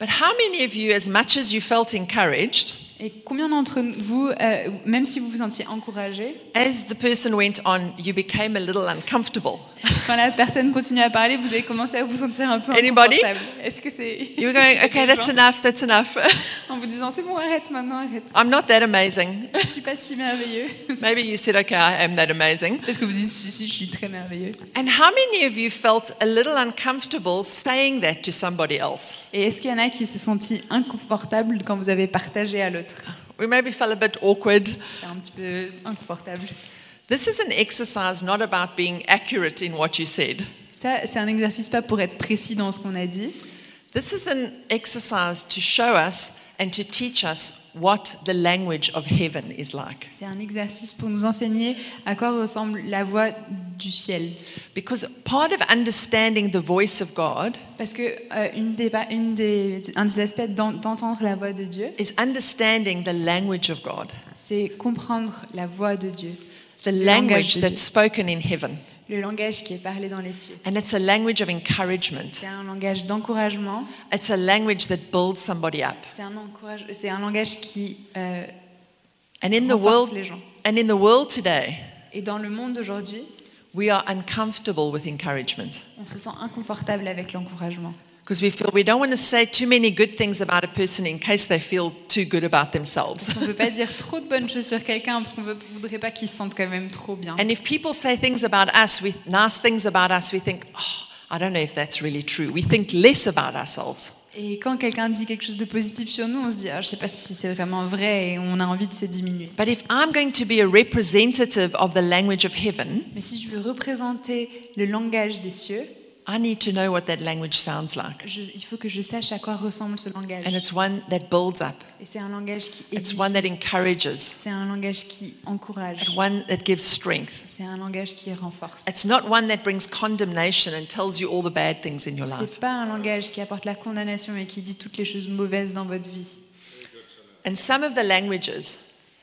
But how many of you, as much as you felt encouraged,
Et combien d'entre vous, euh, même si vous vous sentiez encouragé,
as the person went on, you became a little uncomfortable?
quand la personne continue à parler, vous avez commencé à vous sentir un peu
Anybody
inconfortable Est-ce que c'est
You were going, okay, that's enough, that's enough.
en vous disant c'est bon, arrête maintenant, arrête.
I'm not that amazing.
Je suis pas si merveilleux.
Maybe you said, okay, I am that amazing.
Peut-être que vous dites si si, je suis très merveilleux.
And how many of you felt a little uncomfortable saying that to somebody else?
Et est-ce qu'il y en a qui se sont sentis inconfortables quand vous avez partagé à l'autre
We maybe felt a bit awkward.
C'est un petit peu inconfortable.
This is an exercise not about being accurate in what you said.
Ça, c'est un exercice pas pour être précis dans ce qu'on a dit.
This is an exercise to show us and to teach us what the language of heaven is like.
C'est un exercice pour nous enseigner à quoi ressemble la voix du ciel.
Because part of understanding the voice of God
Parce que euh, une des, pa- une des- un des aspects d'en- d'entendre la voix de Dieu,
is understanding the language of God,
c'est comprendre la voix de Dieu,
the
language
language
of
that's spoken in heaven.
le langage qui est parlé dans les cieux.
And it's a language of encouragement,
C'est un langage d'encouragement.
it's a language that builds somebody up.
C'est un, encourage- c'est un langage qui euh,
And in the
renforce
world,
les gens.
and in the world today,
Et dans le monde d'aujourd'hui,
we are uncomfortable with encouragement.
on se sent inconfortable avec l'encouragement.
Because we feel we don't want to say too many good things about a person in case they feel too good about themselves.
On ne veut pas dire trop de bonnes choses sur quelqu'un parce qu'on ne voudrait pas qu'il se sente quand même trop bien.
And if people say things about us, we, nice things about us, we think, oh, I don't know if that's really true. We think less about ourselves.
Et quand quelqu'un dit quelque chose de positif sur nous, on se dit ah, je sais pas si c'est vraiment vrai et on a envie de se diminuer.
But if I'm going to be a representative of the language of heaven,
Mais si je veux représenter le langage des cieux,
I need to know what that language sounds like.
je- il faut que je sache à quoi ressemble ce langage.
And it's one that builds up,
Et c'est un langage qui
it's
édifie,
one that encourages,
c'est un langage qui encourage,
it's one that gives strength.
c'est un langage qui renforce.
It's not one that brings condemnation and tells you all the bad things in your life.
C'est pas un langage qui apporte la condamnation et qui dit toutes les choses mauvaises dans votre vie.
And some of the languages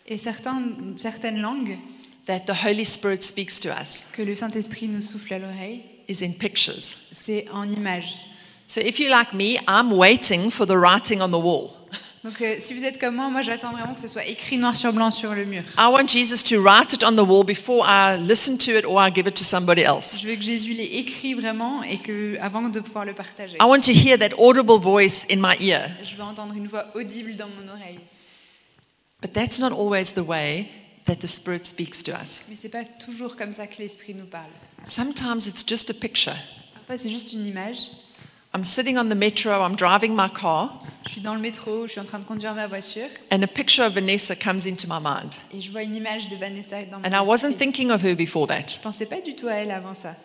Et certains, certaines langues
that the Holy Spirit speaks to us
que le Saint-Esprit nous souffle à l'oreille,
is in pictures.
c'est en images.
So if you're like me, I'm waiting for the writing on the wall.
Donc euh, si vous êtes comme moi, moi j'attends vraiment que ce soit écrit noir sur blanc sur le mur.
I want Jesus to write it on the wall before I listen to it or I give it to somebody else.
Je veux que Jésus l'ait écrit vraiment et que, avant de pouvoir le partager,
I want to hear that audible voice in my ear.
je veux entendre une voix audible dans mon oreille.
But that's not always the way that the Spirit speaks to us.
Mais c'est pas toujours comme ça que l'esprit nous parle.
Sometimes it's just a picture.
Parfois c'est juste une image.
I'm sitting on the metro, I'm driving my car,
Je suis dans le métro, je suis en train de conduire ma voiture
and a picture of Vanessa comes into my mind.
et je vois une image de Vanessa dans mon
And I wasn't
esprit.
thinking of her before that.
Je pensais pas du tout à elle avant ça.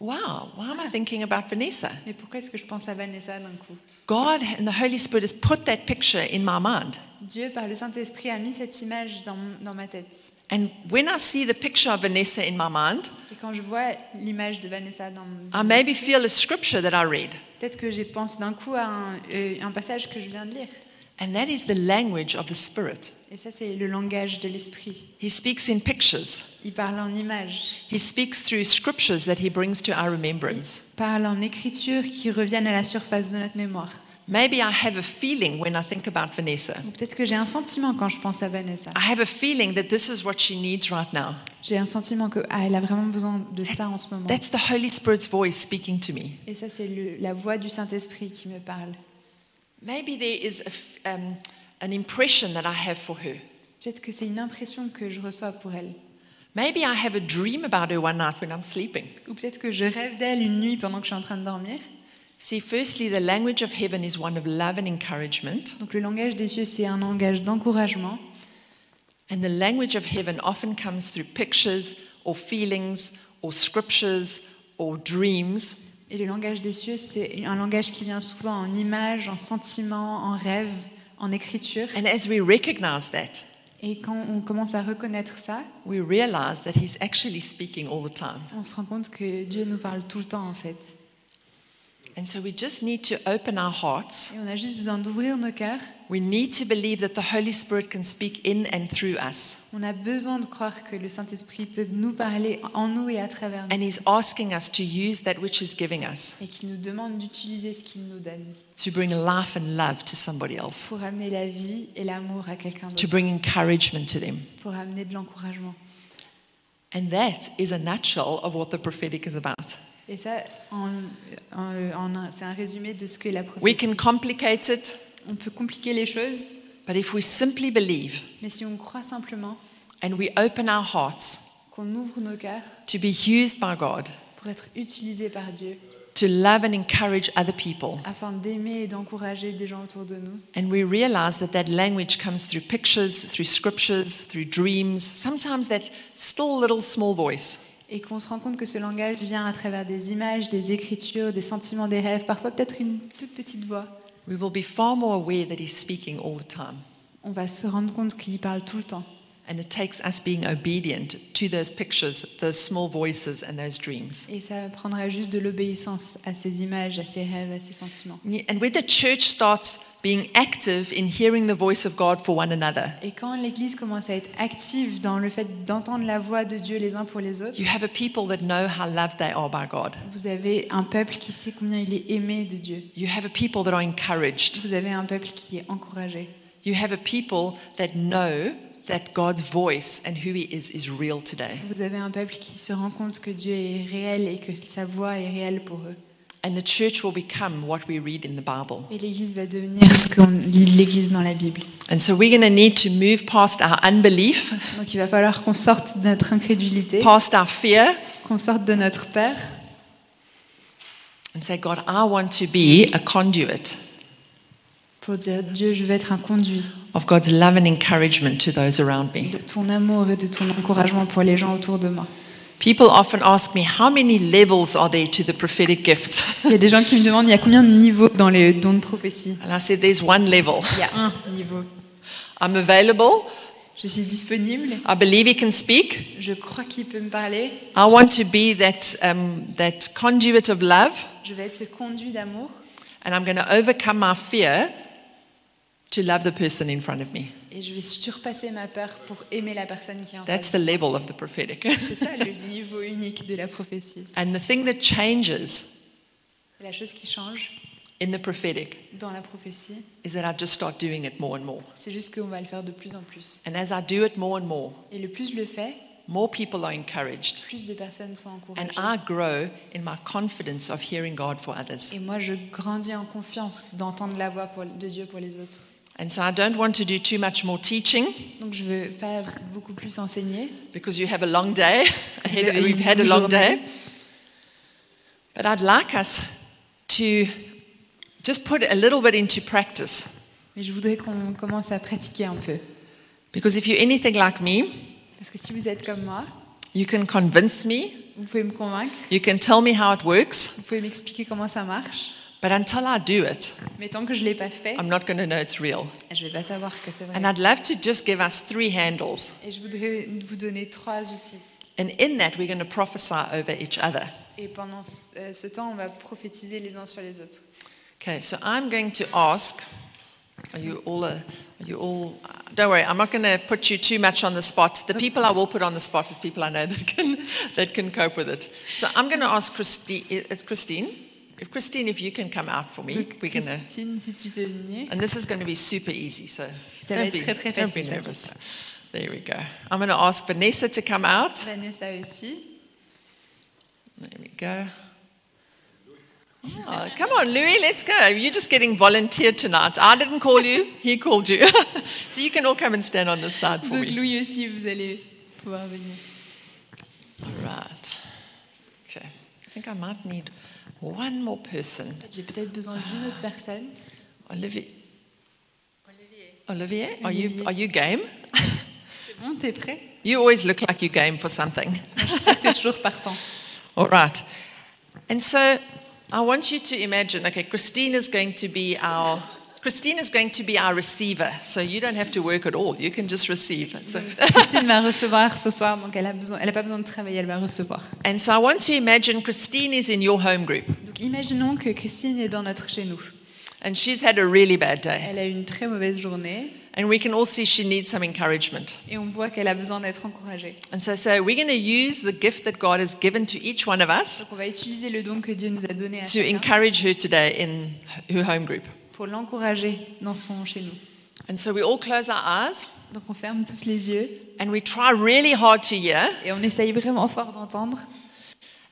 Wow, why am I thinking about Vanessa?
Mais pourquoi est-ce que je pense à Vanessa d'un coup
God and the Holy Spirit has put that picture in my mind.
Dieu, par le Saint-Esprit, a mis cette image dans, mon- dans ma tête.
And when I see the picture of Vanessa in my mind,
Et quand je vois l'image de Vanessa dans mon
I
dans mon
maybe
esprit,
feel a scripture that I read,
peut-être que j'y pense d'un coup à un, euh, un passage que je viens de lire.
and that is the language of the Spirit.
Et ça, c'est le langage de l'esprit.
He speaks in pictures,
Il parle en images,
He speaks through scriptures that He brings to our remembrance.
parle en écriture qui reviennent à la surface de notre mémoire.
Maybe I have a feeling when I think about Vanessa.
Ou peut-être que j'ai un sentiment quand je pense à Vanessa.
I have a feeling that this is what she needs right now.
J'ai un sentiment que ah, elle a vraiment besoin de ça en ce moment.
That's the Holy Spirit's voice speaking to me.
Et ça, c'est le- la voix du Saint-Esprit qui me parle.
Maybe there is a f um, an impression that I have for her.
Peut-être que c'est une impression que je reçois pour elle.
Maybe I have a dream about her one night when I'm sleeping.
Ou peut-être que je rêve d'elle une nuit pendant que je suis en train de dormir.
See, firstly, the language of heaven is one of love and encouragement,
Donc le langage des cieux, c'est un langage d'encouragement.
and the language of heaven often comes through pictures or feelings or scriptures or dreams.
Et le langage des cieux, c'est un langage qui vient souvent en images, en sentiments, en rêves, en écriture.
And as we recognize that,
Et quand on commence à reconnaître ça,
we realize that He's actually speaking all the time.
on se rend compte que Dieu nous parle tout le temps en fait.
And so we just need to open our hearts.
Et on a juste besoin d'ouvrir nos cœurs.
We need to believe that the Holy Spirit can speak in and through us,
On a besoin de croire que le Saint-Esprit peut nous parler en nous et à travers nous.
and He's asking us to use that which He's giving us
Et qu'il nous demande d'utiliser ce qu'il nous donne
to bring life and love to somebody else,
pour amener la vie et l'amour à quelqu'un
to
d'autre,
bring encouragement to them.
pour amener de l'encouragement.
And that is a nutshell of what the prophetic is about.
Et ça, en, en- en un- c'est un résumé de ce que la
We
prophétie.
can complicate it,
On peut compliquer les choses,
but if we simply believe
mais si on croit simplement
and we open our hearts
qu'on ouvre nos cœurs
to be used by God,
pour être utilisés par Dieu,
to love and encourage other people,
afin d'aimer et d'encourager des gens autour de nous,
and we realize that that language comes through pictures, through scriptures, through dreams, sometimes that still little small voice,
et qu'on se rend compte que ce langage vient à travers des images, des écritures, des sentiments, des rêves, parfois peut-être une toute petite voix,
we will be far more aware that He's speaking all the time.
on va se rendre compte qu'il parle tout le temps.
And it takes us being obedient to those pictures, those small voices, and those dreams.
Et ça prendra juste de l'obéissance à ces images, à ces rêves, à ces sentiments.
And when the church starts being active in hearing the voice of God for one another,
Et quand l'Église commence à être active dans le fait d'entendre la voix de Dieu les uns pour les autres,
you have a people that know how loved they are by God.
vous avez un peuple qui sait combien il est aimé de Dieu.
You have a people that are encouraged.
Vous avez un peuple qui est encouragé.
You have a people that know that God's voice and who He is is real today.
Vous avez un peuple qui se rend compte que Dieu est réel et que sa voix est réelle pour eux.
And the church will become what we read in the Bible.
Et l'Église va devenir ce qu'on lit de l'Église dans la Bible.
And so we're going to need to move past our unbelief,
Donc il va falloir qu'on sorte de notre incrédulité,
past our fear,
qu'on sorte de notre peur
and say, God, I want to be a conduit
pour dire Dieu, je veux être un conduit
of God's love and encouragement to those around me.
de ton amour et de ton encouragement pour les gens autour de moi.
People often ask me, how many levels are there to the prophetic gift?
Il y a des gens qui me demandent il y a combien de niveaux dans les dons de prophétie
And I said, there's one level.
Il y a un niveau.
I'm available.
Je suis disponible,
I believe he can speak.
je crois qu'il peut me parler,
I want to be that, um, that conduit of love.
je vais être ce conduit d'amour
And I'm going to overcome my fear to love the person in front of me.
et je vais surpasser ma peur pour aimer la personne qui est en
That's
face.
the level of the prophetic.
C'est ça le niveau unique de la prophétie.
and the thing that changes
La chose qui change
in the prophetic
dans la prophétie,
is that I just start doing it more and more.
c'est juste qu'on va le faire de plus en plus.
And as I do it more and more,
Et le plus je le fais,
more people are encouraged.
plus de personnes sont encouragées.
And I grow in my confidence of hearing God for others.
Et moi, je grandis en confiance d'entendre la voix pour- de Dieu pour les autres.
And so I don't want to do too much more teaching
Donc je veux pas beaucoup plus enseigner.
because you have a long day.
vous avez
We've
une
had a
longue
long
journée.
day. But I'd like us to just put a little bit into practice
Mais je voudrais qu'on commence à pratiquer un peu.
because if you're anything like me,
Parce que si vous êtes comme moi,
you can convince me,
vous pouvez me convaincre,
you can tell me how it works,
vous pouvez m'expliquer comment ça marche.
but until I do it,
Mais tant que je ne l'ai pas fait,
I'm not going to know it's real.
je ne vais pas savoir que c'est vrai.
And I'd love to just give us three handles.
Et je voudrais vous donner trois outils.
And in that, we're going to prophesy over each other.
Et pendant ce euh, ce temps, on va prophétiser les uns sur les autres.
Okay, so I'm going to ask. Are you all? uh are you all? uh, Don't worry, I'm not going to put you too much on the spot. The people I will put on the spot is people I know that can that can cope with it. So I'm going to ask Christi, uh, Christine. If Christine, if you can come out for me,
Donc,
we're gonna.
Christine, si tu peux venir.
And this is going to be super easy. So
Ça va
don't
être
be,
très, très
don't be
facile, t'inquiète
nervous. There we go. I'm going to ask Vanessa to come out.
Vanessa aussi.
There we go. Oh, come on, Louis, let's go. You're just getting volunteered tonight. I didn't call you, he called you. so you can all come and stand on this side for
Donc
me.
Louis aussi, vous allez pouvoir venir.
All right. Okay. I think I might need one more person.
En fait, J'ai peut-être besoin d'une autre personne.
Olivier. Olivier. Olivier, are you,
Olivier.
are you game?
C'est bon, t'es prêt
You always look like you game for something.
Je suis sûre que t'es toujours partant.
All right. And so I want you to imagine, okay, Christine is going to be our Christine is going to be our receiver. So you don't have to work at all. You can just receive. So-
Christine va recevoir ce soir, donc elle a besoin, elle a pas besoin de travailler, elle va recevoir.
and so I want to imagine Christine is in your home group
Donc imaginons que Christine est dans notre chez nous.
and she's had a really bad day.
Elle a eu une très mauvaise journée
And we can all see she needs some encouragement.
et on voit qu'elle a besoin d'être encouragée.
And so, so we're going to use the gift that God has given to each one of us
Donc on va utiliser le don que Dieu nous a donné à
to
chacun
encourage her today in her home group.
pour l'encourager dans son chez nous.
And so we all close our eyes
Donc on ferme tous les yeux
and we try really hard to hear
et on essaye vraiment fort d'entendre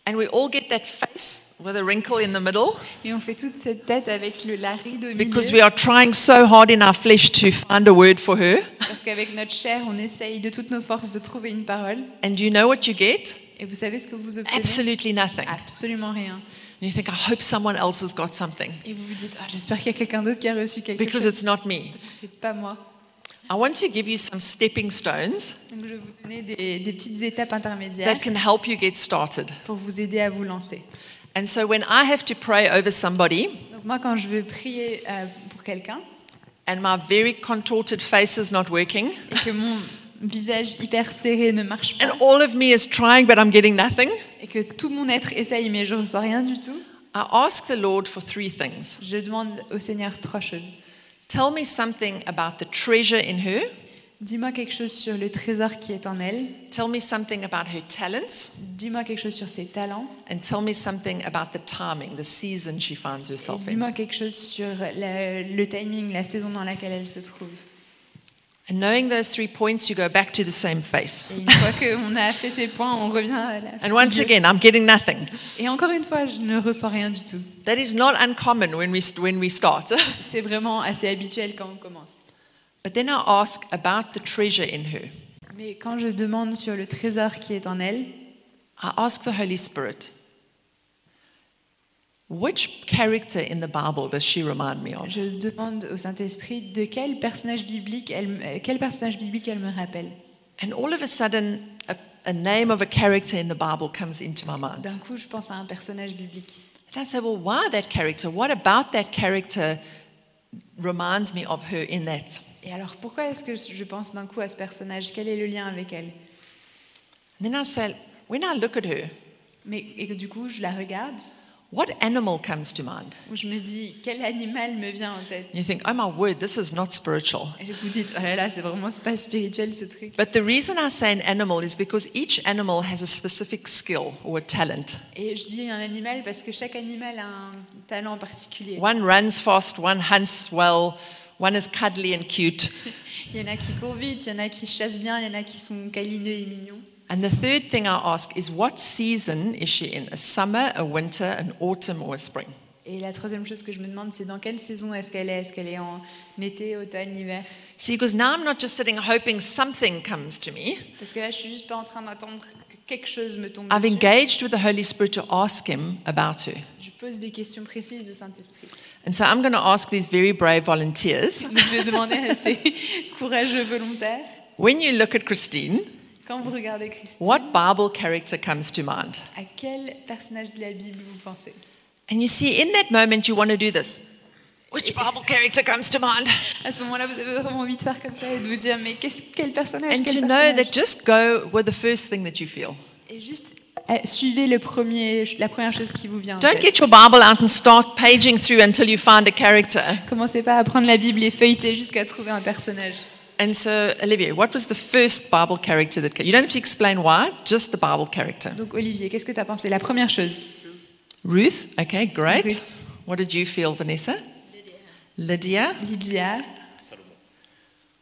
And we all get that face with a wrinkle in the middle
et on fait toute cette tête avec le la ride au milieu
because we are trying so hard in our flesh to find a word for her.
parce qu'avec notre chair on essaye de toutes nos forces de trouver une parole
And you know what you get?
et vous savez ce que vous obtenez
Absolutely nothing.
Uh,
And
Absolument rien.
you think, I hope someone else has got something
Et vous vous dites Ah, j'espère qu'il y a quelqu'un d'autre qui a reçu quelque
because
chose
it's not me.
parce que c'est pas moi.
I want to give you some stepping stones
Donc je vais vous donner des, des petites étapes intermédiaires
that can help you get started.
pour vous aider à vous lancer.
And so when I have to pray over somebody
Donc moi quand je veux prier euh, pour quelqu'un
and my very contorted face is not working,
et que mon visage hyper serré ne marche pas
and all of me is trying but I'm getting nothing,
et que tout mon être essaye mais je reçois rien du tout,
I ask the Lord for three things.
je demande au Seigneur trois choses.
Tell me something about the treasure in her.
Dis-moi quelque chose sur le trésor qui est en elle.
Tell me something about her talents
Dis-moi quelque chose sur ses talents.
and tell me something about the timing, the season she finds
Et
herself in.
Dis-moi quelque chose sur la- le timing, la saison dans laquelle elle se trouve.
And knowing those three points, you go back to the same face.
Et une fois qu'on a fait ces points, on revient à la
And once again, I'm getting nothing.
Et encore une fois, je ne reçois rien du tout.
That is not uncommon when we, when we start.
C'est vraiment assez habituel quand on commence.
but then I ask about the treasure in her.
Mais quand je demande sur le trésor qui est en elle,
I ask the Holy Spirit, which character in the Bible does she remind me of?
je demande au Saint-Esprit de quel personnage biblique elle, me- euh, quel personnage biblique elle me rappelle.
And all of a sudden, a, a name of a character in the Bible comes into my mind.
D'un coup, je pense à un personnage biblique.
And I say, well, why that character? What about that character reminds me of her in that?
Et alors, pourquoi est-ce que je pense d'un coup à ce personnage Quel est le lien avec elle
And then I say, when I look at her,
Mais et que du coup, je la regarde
what animal comes to mind?
où je me dis quel animal me vient en tête.
And you think, oh my word, this is not spiritual.
Et vous dites oh là là, c'est vraiment pas spirituel ce truc.
But the reason I say an animal is because each animal has a specific skill or a talent.
Et je dis un animal parce que chaque animal a un talent particulier.
One runs fast, one hunts well, one is cuddly and cute.
Il y en a qui courent vite, il y en a qui chassent bien, il y en a qui sont câlineux et mignons.
And the third thing I ask is, what season is she in? A summer, a winter, an autumn, or a spring?
Et la troisième chose que je me demande, c'est dans quelle saison est-ce qu'elle est Est-ce qu'elle est en été, automne, hiver
See, because now I'm not just sitting hoping something comes to me.
Parce que là, je suis juste pas en train d'attendre que quelque chose me tombe
I've
dessus.
engaged with the Holy Spirit to ask Him about her.
Je pose des questions précises au Saint-Esprit.
And so I'm going to ask these very brave volunteers
Donc, je vais demander à ces courageux volontaires,
when you look at Christine,
quand vous regardez Christine,
what Bible character comes to mind?
à quel personnage de la Bible vous pensez
And you see, in that moment, you want to do this. Which Bible character comes to mind?
À ce moment-là, vous avez vraiment envie de faire comme ça et de vous dire, mais qu'est-ce, quel personnage,
And
quel
to know
personnage
that just go with the first thing that you feel.
Et juste euh, suivez le premier, la première chose qui vous vient. en
Don't
tête.
get your Bible out and start paging through until you find a character.
Commencez pas à prendre la Bible et feuilleter jusqu'à trouver un personnage.
And so, Olivia, what was the first Bible character that came? You don't have to explain why, just the Bible character.
Donc Olivier, qu'est-ce que tu as pensé La première chose,
Ruth, okay, great.
Ruth.
What did you feel, Vanessa? Lydia.
Lydia,
Salomon.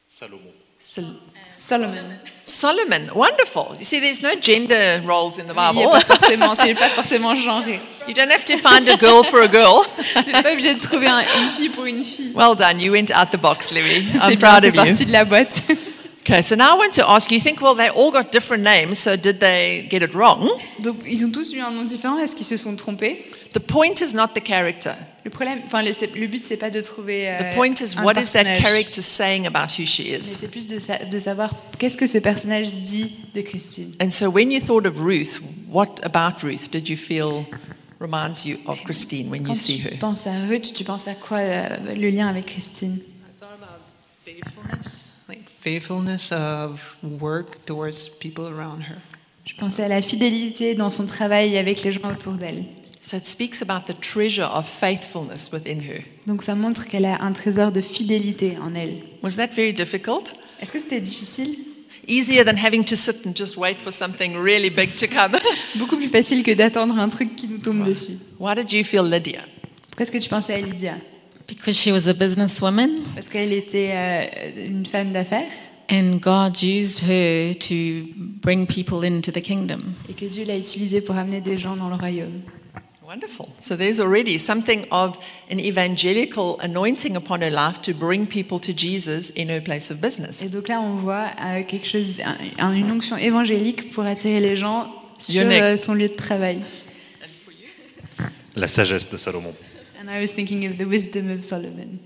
Salomon.
Sol-
Solomon.
Solomon, wonderful. You see, there's no gender roles in the
Il n'y a
Bible.
pas forcément, c'est pas forcément genré.
you don't have to find a girl for a girl.
Vous n'êtes pas obligé de trouver un- une fille pour une fille.
Well done, you went out the box, Louis.
C'est
I'm
bien,
proud
c'est
of you.
sorti de la boîte.
Okay, so now I want to ask you think, well, they all got different names, so did they get it wrong?
Donc, ils ont tous eu un nom différent. Est-ce qu'ils se sont trompés
The point is not the character.
Le problème, enfin, le, c'est- le but, c'est pas de trouver. euh,
The point is,
un
what is that
personnage.
character saying about who she
Mais
is?
c'est plus de, sa- de savoir qu'est-ce que ce personnage dit de Christine.
And so when you thought of Ruth, what about Ruth did you feel reminds you of Christine when
Quand
you see
tu
her?
penses à Ruth, tu penses à quoi euh, le lien avec Christine
I thought about faithfulness, like faithfulness of work towards people around her.
Je pensais à la fidélité dans son travail avec les gens autour d'elle.
So it speaks about the treasure of faithfulness within her.
Donc ça montre qu'elle a un trésor de fidélité en elle.
Was that very difficult?
Est-ce que c'était difficile
Easier than having to sit and just wait for something really big to come.
Beaucoup plus facile que d'attendre un truc qui nous tombe dessus.
Why did you feel Lydia?
Pourquoi est-ce que tu pensais à Lydia
Because she was a businesswoman
Parce qu'elle était euh, une femme d'affaires
and God used her to bring people into the kingdom.
et que Dieu l'a utilisée pour amener des gens dans le royaume.
Wonderful. So there's already something of an evangelical anointing upon her life to bring people to Jesus in her place of business.
Et donc là, on voit euh, quelque chose, un- une onction évangélique pour attirer les gens sur
You're next.
euh, son lieu de travail.
La sagesse de Salomon.
And I was thinking of the wisdom of Solomon.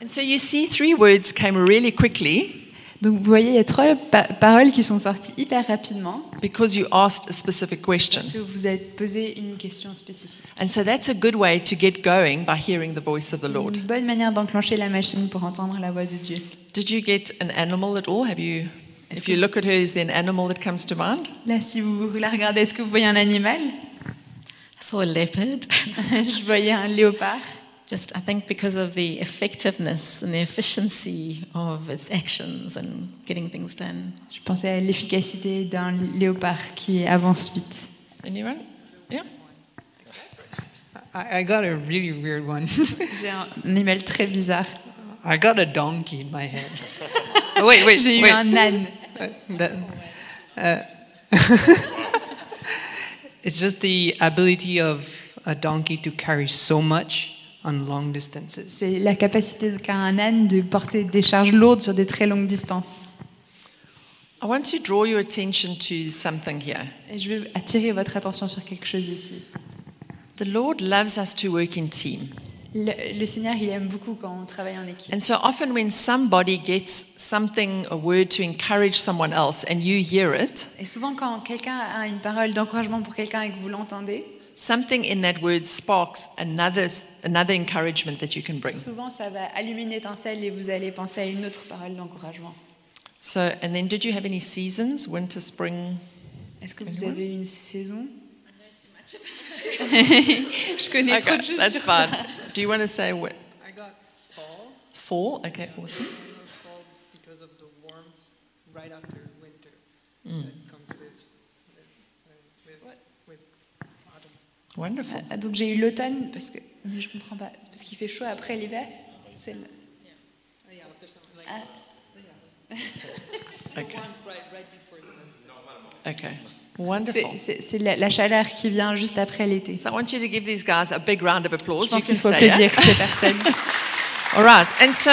And so you see, three words came really quickly
Donc vous voyez, il y a trois pa- paroles qui sont sorties hyper rapidement
because you asked a specific
parce
question.
que vous êtes posé une question spécifique.
And so that's a good way to get going by hearing the voice of the
Une
Lord.
bonne manière d'enclencher la machine pour entendre la voix de Dieu.
Did you get an animal at all? Have you, if you look at her, is there an animal that comes to mind?
Là, si vous la regardez, est-ce que vous voyez un animal
I saw a leopard,
Je voyais un léopard.
just I think because of the effectiveness and the efficiency of its actions and getting things done.
Je pensais à l'efficacité d'un léopard qui avance vite.
Anyone? Yeah.
I, I got a really weird one.
J'ai un animal très bizarre.
I got a donkey in my head. Oh, wait, wait,
J'ai eu
wait.
un âne.
Uh, that- uh, it's just the ability of a donkey to carry so much on long distances.
C'est la capacité qu'a un âne de porter des charges lourdes sur des très longues distances.
I want to draw your attention to something here.
Et je veux attirer votre attention sur quelque chose ici.
The Lord loves us to work in team.
Le, le Seigneur, il aime beaucoup quand on travaille en équipe.
And so often, when somebody gets something, a word to encourage someone else, and you hear it,
Et souvent, quand quelqu'un a une parole d'encouragement pour quelqu'un et que vous l'entendez,
something in that word sparks another, another encouragement that you can bring.
souvent ça va allumer une étincelle et vous allez penser à une autre parole d'encouragement.
So, and then, did you have any seasons, winter, spring?
Est-ce que vous
Anyone?
avez une saison Je connais trop de
Okay,
choses
that's
sur
fine.
ça.
Do you want to say what?
I got fall
Fall? Okay, autumn.
because of the warmth right after winter that comes with, with, with, with autumn.
Wonderful.
Ah, donc j'ai eu l'automne parce que mais je comprends pas parce qu'il fait chaud après l'hiver. C'est le-
Yeah, after summer, like
Okay.
right, right before the winter.
Okay.
c'est-
Wonderful.
c'est- c'est la, la chaleur qui vient juste après l'été.
So, I want you to give these guys a big round of
Je
applause. You
pense
can
qu'il faut
stay. eh?
applaudir ces personnes.
All right. And so,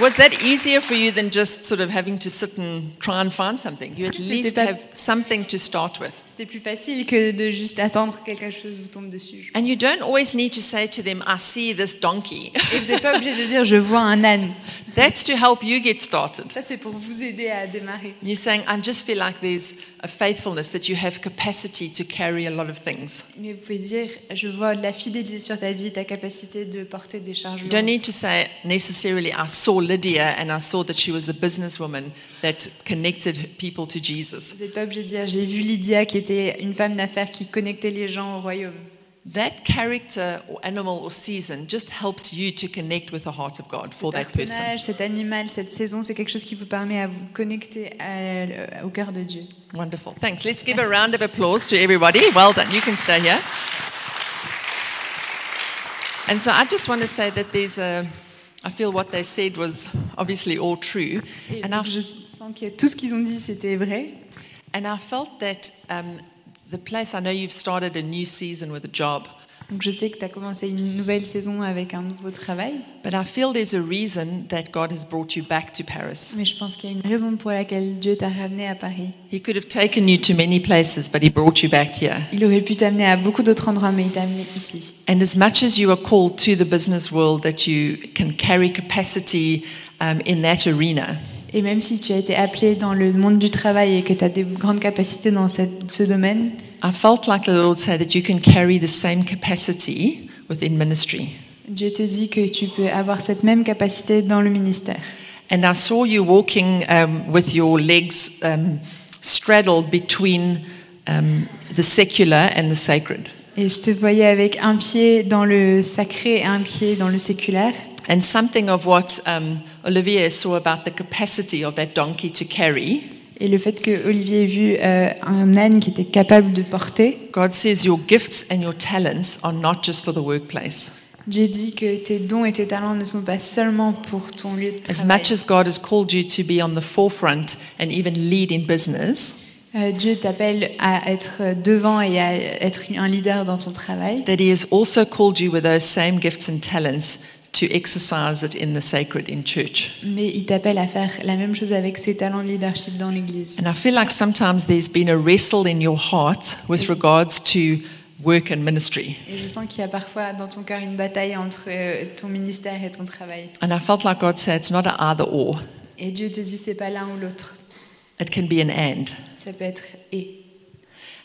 was that easier for you than just sort of having to sit and try and find something? You at
C'était
least
pas-
have something to start with.
C'était plus facile que de juste attendre que quelque chose vous tombe dessus. je-
And you don't always need to say to them, I see this donkey.
Et vous n'êtes pas obligé de dire je vois un âne.
That's to help you get started.
Ça c'est pour vous aider à démarrer.
You're saying, I just feel like there's a faithfulness that you have capacity to carry a lot of things.
Mais vous pouvez dire, je vois de la fidélité sur ta vie, ta capacité de porter des charges.
You
lourdes.
don't need to say necessarily, I saw Lydia and I saw that she was a businesswoman that connected people to Jesus.
Vous n'êtes pas obligé de dire, j'ai vu Lydia qui était une femme d'affaires qui connectait les gens au royaume.
that character or animal or season just helps you to connect with the heart of God
Ce
for that person.
personnage, cet animal, cette saison, c'est quelque chose qui vous permet à vous connecter à- euh, au cœur de Dieu.
Wonderful. Thanks. Let's give a round of applause to everybody. Well done. You can stay here. And so I just want to say that there's a, I feel what they said was obviously all true.
Et
And
donc,
I've
je sens que tout ce qu'ils ont dit, c'était vrai.
And I felt that um, the place, I know you've started a new season with a job,
Donc, je sais que tu as commencé une nouvelle saison avec un nouveau travail,
but I feel there's a reason that God has brought you back to Paris.
mais je pense qu'il y a une raison pour laquelle Dieu t'a ramené à Paris.
He could have taken you to many places, but He brought you back here.
Il aurait pu t'amener à beaucoup d'autres endroits, mais il t'a amené ici.
And as much as you are called to the business world, that you can carry capacity um, in that arena,
Et même si tu as été appelé dans le monde du travail et que tu as des grandes capacités dans cette- ce domaine,
I felt like the Lord said that you can carry the same capacity within ministry.
Dieu te dit que tu peux avoir cette même capacité dans le ministère.
And I saw you walking um, with your legs um, straddled between um, the secular and the sacred.
Et je te voyais avec un pied dans le sacré et un pied dans le séculaire.
And something of what um, Olivier saw about the capacity of that donkey to carry,
Et le fait que Olivier ait vu euh, un âne qui était capable de porter,
God says your gifts and your talents are not just for the workplace.
Dieu dit que tes dons et tes talents ne sont pas seulement pour ton lieu de
As
travail.
much as God has called you to be on the forefront and even lead in business,
Euh, Dieu t'appelle à être devant et à être un leader dans ton travail.
that He has also called you with those same gifts and talents to exercise it in the sacred, in church.
Mais il t'appelle à faire la même chose avec ses talents de leadership dans l'Église.
And I feel like sometimes there's been a wrestle in your heart with regards to work and ministry.
Et je sens qu'il y a parfois dans ton cœur une bataille entre euh, ton ministère et ton travail.
And I felt like God said it's not an either or,
Et Dieu te dit c'est pas l'un ou l'autre,
it can be an and.
ça peut être et.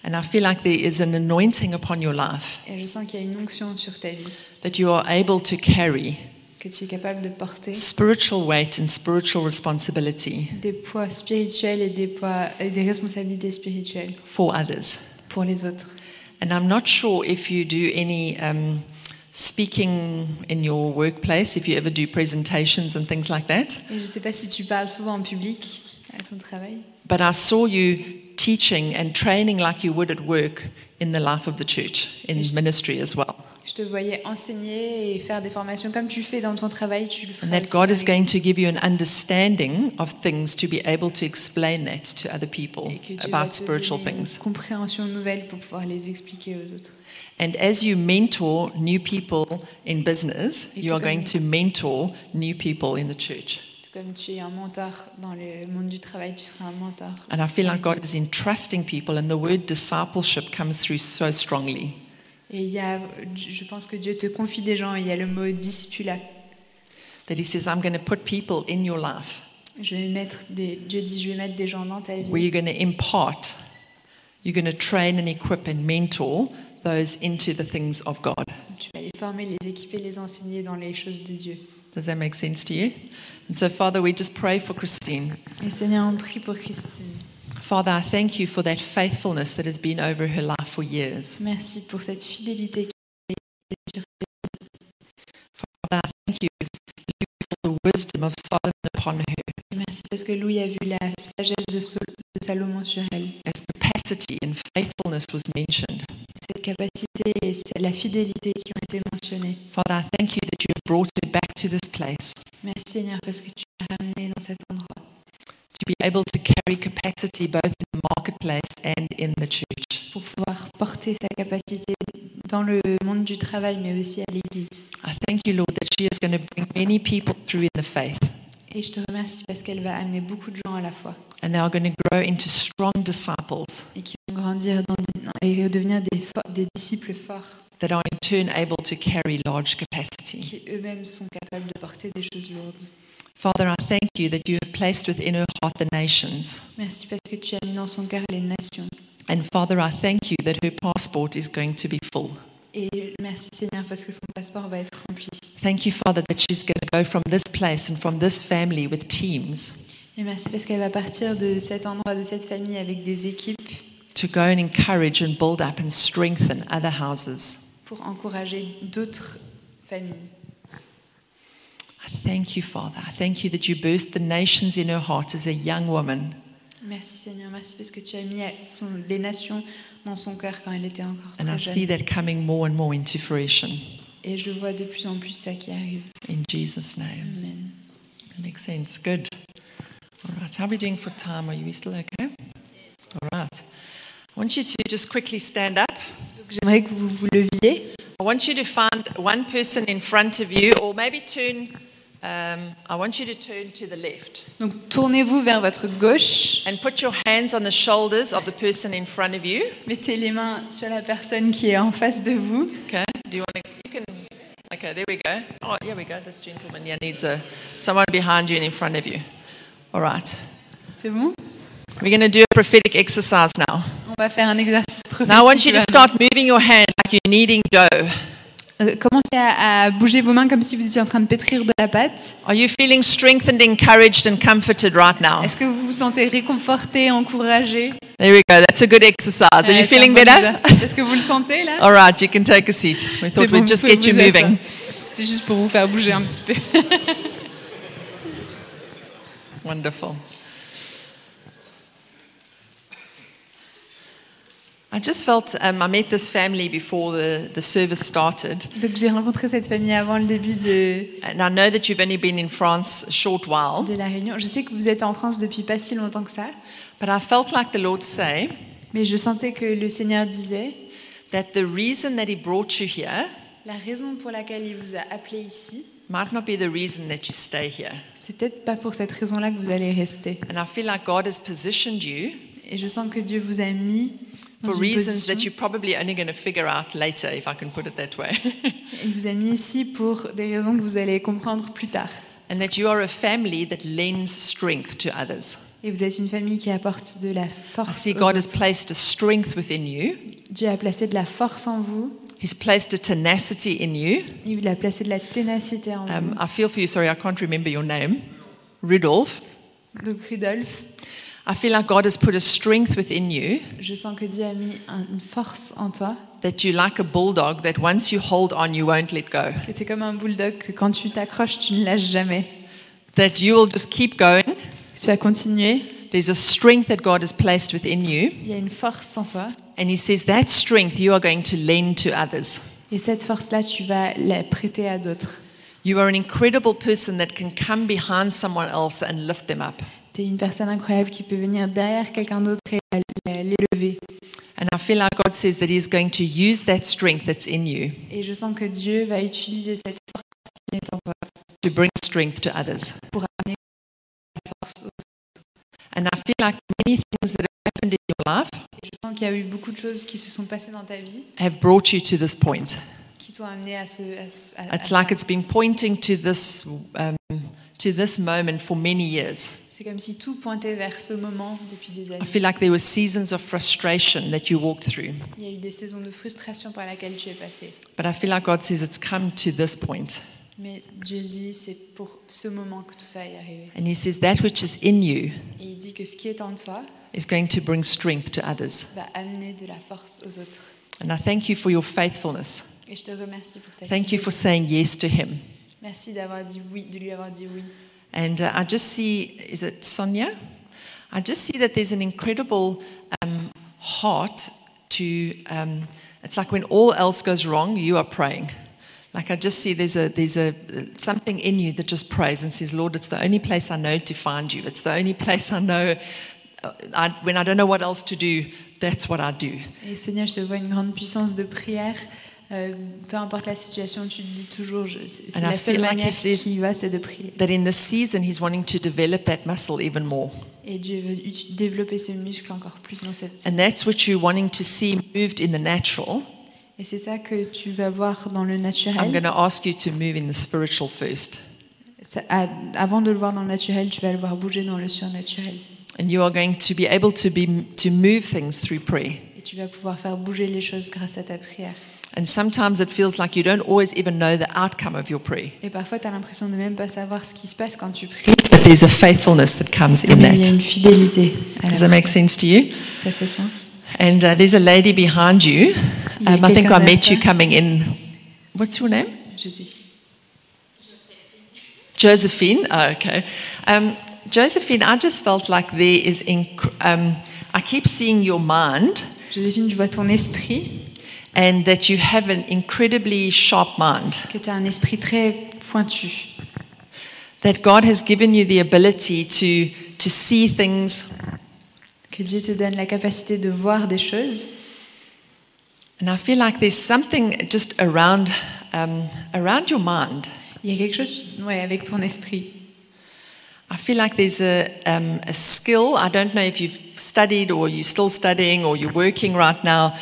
And I feel like there is an anointing upon your life
Et je sens qu'il y a une onction sur ta vie
that you are able to carry
que tu es capable de porter,
spiritual weight and spiritual responsibility
des poids spirituels et des poids et des responsabilités spirituelles
for others.
pour les autres.
And I'm not sure if you do any um, speaking in your workplace, if you ever do presentations and things like that.
Et je sais pas si tu parles souvent en public à ton travail,
But I saw you teaching and training like you would at work in the life of the church, in ministry as well.
je te voyais enseigner et faire des formations comme tu fais dans ton travail, tu le feras
And that
aussi
God
dans
is going to give you an understanding of things to be able to explain that to other people
et que Dieu va
about
te
spiritual
donner une
things.
compréhension nouvelle pour pouvoir les expliquer aux autres.
And as you mentor new people in business,
Et
you
tout
are going to
comme-
mentor new people in the church.
Tout comme tu es un mentor dans le monde du travail, tu seras un mentor.
And I feel like God is entrusting people, and the word discipleship comes through so strongly.
Et il y a, je pense que Dieu te confie des gens, et il y a le mot discipula.
That He says, I'm going to put people in your life
Je vais mettre des, Dieu dit, je vais mettre des gens dans ta
where
vie.
you're going to impart, you're going to train and equip and mentor those into the things of God.
Tu vas les former, les équiper, les enseigner dans les choses de Dieu.
Does that make sense to you? And so, Father, we just pray for Christine.
Et Seigneur, on prie pour Christine.
Father, I thank you for that faithfulness that has been over her life for years.
Merci pour cette fidélité.
Father, I thank you for the wisdom of Solomon upon her,
Et Merci parce que Louis a vu la sagesse de, Sol- de Salomon sur elle.
as capacity and faithfulness was mentioned.
Cette capacité et c'est la fidélité qui ont été mentionnées.
Father, I thank you that you have brought her back to this place
Merci Seigneur parce que tu l'as ramenée dans cet endroit.
to be able to carry capacity both in the marketplace and in the church.
pour pouvoir porter sa capacité dans le monde du travail, mais aussi à l'Église.
I thank you, Lord, that she is going to bring many people through in the faith,
Et je te remercie parce qu'elle va amener beaucoup de gens à la fois
and they are going to grow into strong disciples
et qui vont grandir dans- et devenir des, fo- des disciples forts
that are in turn able to carry large capacity.
qui eux-mêmes sont capables de porter des choses lourdes.
Father, I thank you that you have placed within her heart the nations.
Merci parce que tu as mis dans son cœur les nations.
And Father, I thank you that her passport is going to be full.
Et merci Seigneur parce que son passeport va être rempli.
Thank you, Father, that she's going to go from this place and from this family with teams
Et merci parce qu'elle va partir de cet endroit, de cette famille avec des équipes
to go and encourage and build up and strengthen other houses.
pour encourager d'autres familles.
I thank you, Father. I thank you that you birthed the nations in her heart as a young woman.
Merci Seigneur, merci parce que tu as mis son- les nations dans son cœur quand elle était encore
And I
très
see
jeune.
that coming more and more into fruition.
Et je vois de plus en plus ça qui arrive.
In Jesus' name.
Amen.
That makes sense. Good. All right. How are we doing for time? Are you still okay? All right. I want you to just quickly stand up.
Donc, J'aimerais que vous vous leviez.
I want you to find one person in front of you, or maybe turn. Um, I want you to turn to the left
Donc tournez-vous vers votre gauche.
and put your hands on the shoulders of the person in front of you.
Mettez les mains sur la personne qui est en face de vous.
Okay. Do you want to? You can. Okay. There we go. Oh, here we go. This gentleman here needs a someone behind you and in front of you. All right.
C'est bon
We're going to do a prophetic exercise now.
On va faire un exercice prophétique.
Now I want you to
maintenant.
start moving your hand like you're kneading dough.
Euh, Commencez à, à bouger vos mains comme si vous étiez en train de pétrir de la pâte.
Are you feeling strengthened, encouraged, and comforted right now?
Est-ce que vous vous sentez réconforté, encouragé
There we go. That's a good exercise. Are Ah,
Euh,
you
c'est un
feeling
bon
better?
exercice. Est-ce que vous le sentez là
All right, you can take a seat. We
C'est
thought
bon,
we'd just
vous pouvez
get you
vous asseoir.
moving.
C'était juste pour vous faire bouger un petit peu.
Wonderful. I just felt um, I met this family before the, the service started,
Donc j'ai rencontré cette famille avant le début de,
and I know that you've only been in France a short while,
de la réunion. Je sais que vous êtes en France depuis pas si longtemps que ça,
but I felt like the Lord say
mais je sentais que le Seigneur disait
that the reason that He brought you here
la raison pour laquelle il vous a appelé ici,
might not be the reason that you stay here.
c'est peut-être pas pour cette raison-là que vous allez rester.
And I feel like God has positioned you
Et je sens que Dieu vous a mis dans
for
une
reasons that
position.
you're probably only going to figure out later, if I can put it that way.
Il vous a mis ici pour des raisons que vous allez comprendre plus tard.
and that you are a family that lends strength to others.
Et vous êtes une famille qui apporte de la
I
force.
see
aux
God has
autres.
placed a strength within you,
Dieu a placé de la force en vous.
He's placed a tenacity in you.
Il a placé de la ténacité en
Um, I feel for you, sorry, I can't remember your name, Rudolf.
vous. Donc Rudolf,
I feel like God has put a strength within you
je sens que Dieu a mis un- une force en toi.
that you're like a bulldog, that once you hold on, you won't let go.
Que t'es comme un bulldog que quand tu t'accroches, tu ne lâches jamais.
That you will just keep going.
Tu vas continuer.
There's a strength that God has placed within you.
Il y a une force en toi.
And he says that strength you are going to lend to others.
Et cette force-là, tu vas la prêter à d'autres.
You are an incredible person that can come behind someone else and lift them up.
T'es une personne incroyable qui peut venir derrière quelqu'un d'autre et la- la- l'élever.
And I feel like God says that he's going to use that strength that's in you
Et je sens que Dieu va utiliser cette
to bring strength to others.
force.
And I feel like many things that have happened in your life
Et je sens qu'il y a eu beaucoup de choses qui se sont passées dans ta vie
have brought you to this point.
qui t'ont amené à ce. à ce- à- à
It's
ça.
like it's been pointing to this um, to this moment for many years.
C'est comme si tout pointait vers ce moment depuis des
I
années.
feel like there were seasons of frustration that you walked through,
Il y a eu des saisons de frustration par laquelle tu es passé.
but I feel like God says it's come to this point.
Mais Dieu dit, c'est pour ce moment que tout ça est arrivé.
And he says that which is in you
Et il dit que ce qui est en toi
is going to bring strength to others.
va amener de la force aux autres.
And I thank you for your faithfulness.
Et je te remercie pour ta
Thank you
fidélité.
for saying yes to him.
Merci d'avoir dit oui, de lui avoir dit oui.
And uh, I just see, is it Sonia? I just see that there's an incredible um, heart to, um, it's like when all else goes wrong, you are praying. Like I just see there's a there's a something in you that just prays and says, Lord, it's the only place I know to find you. It's the only place I know. uh, I, when I don't know what else to do, that's what I do.
Et Sonia, je te vois une grande puissance de prière. Euh, peu importe la situation, tu te dis toujours, je- c'est c'est
And I
la seule
feel like
manière
he says-
qui y va, c'est de prier.
That in this season, He's wanting to develop that muscle even more.
Et Dieu veut ut- développer ce muscle encore plus dans cette
And that's what you're wanting to see moved in the natural.
Et c'est ça que tu vas voir dans le
I'm going
naturel.
to ask you to move in the spiritual first.
Ça- à- avant de le voir dans le naturel, tu vas le voir bouger dans le surnaturel.
And you are going to be able to be to move things through prayer.
Et tu vas pouvoir faire bouger les choses grâce à ta prière.
And sometimes it feels like you don't always even know the outcome of your prayer.
Et parfois, tu as l'impression de même pas savoir ce qui se passe quand tu pries.
But there's a faithfulness that comes in
Mais il y a
that.
une fidélité. à la
Does that
prière.
make sense to you?
Ça fait sens.
And uh, there's a lady behind you
Il y a
Um, I think
quelqu'un
I met you
derrière
coming in. What's your name?
toi. Joséphine.
Josephine, oh, okay. Um, Josephine, I just felt like there is, inc- um, I keep seeing your mind
Joséphine, je vois ton esprit,
and that you have an incredibly sharp mind.
que tu as un esprit très pointu.
That God has given you the ability to, to see things.
Que Dieu te donne la capacité de voir des choses.
And I feel like there's something just around, um, around your mind.
Il y a quelque chose ouais, avec ton esprit.
I feel like there's a, um, a skill. I don't know if you've studied or you're still studying or you're working right now,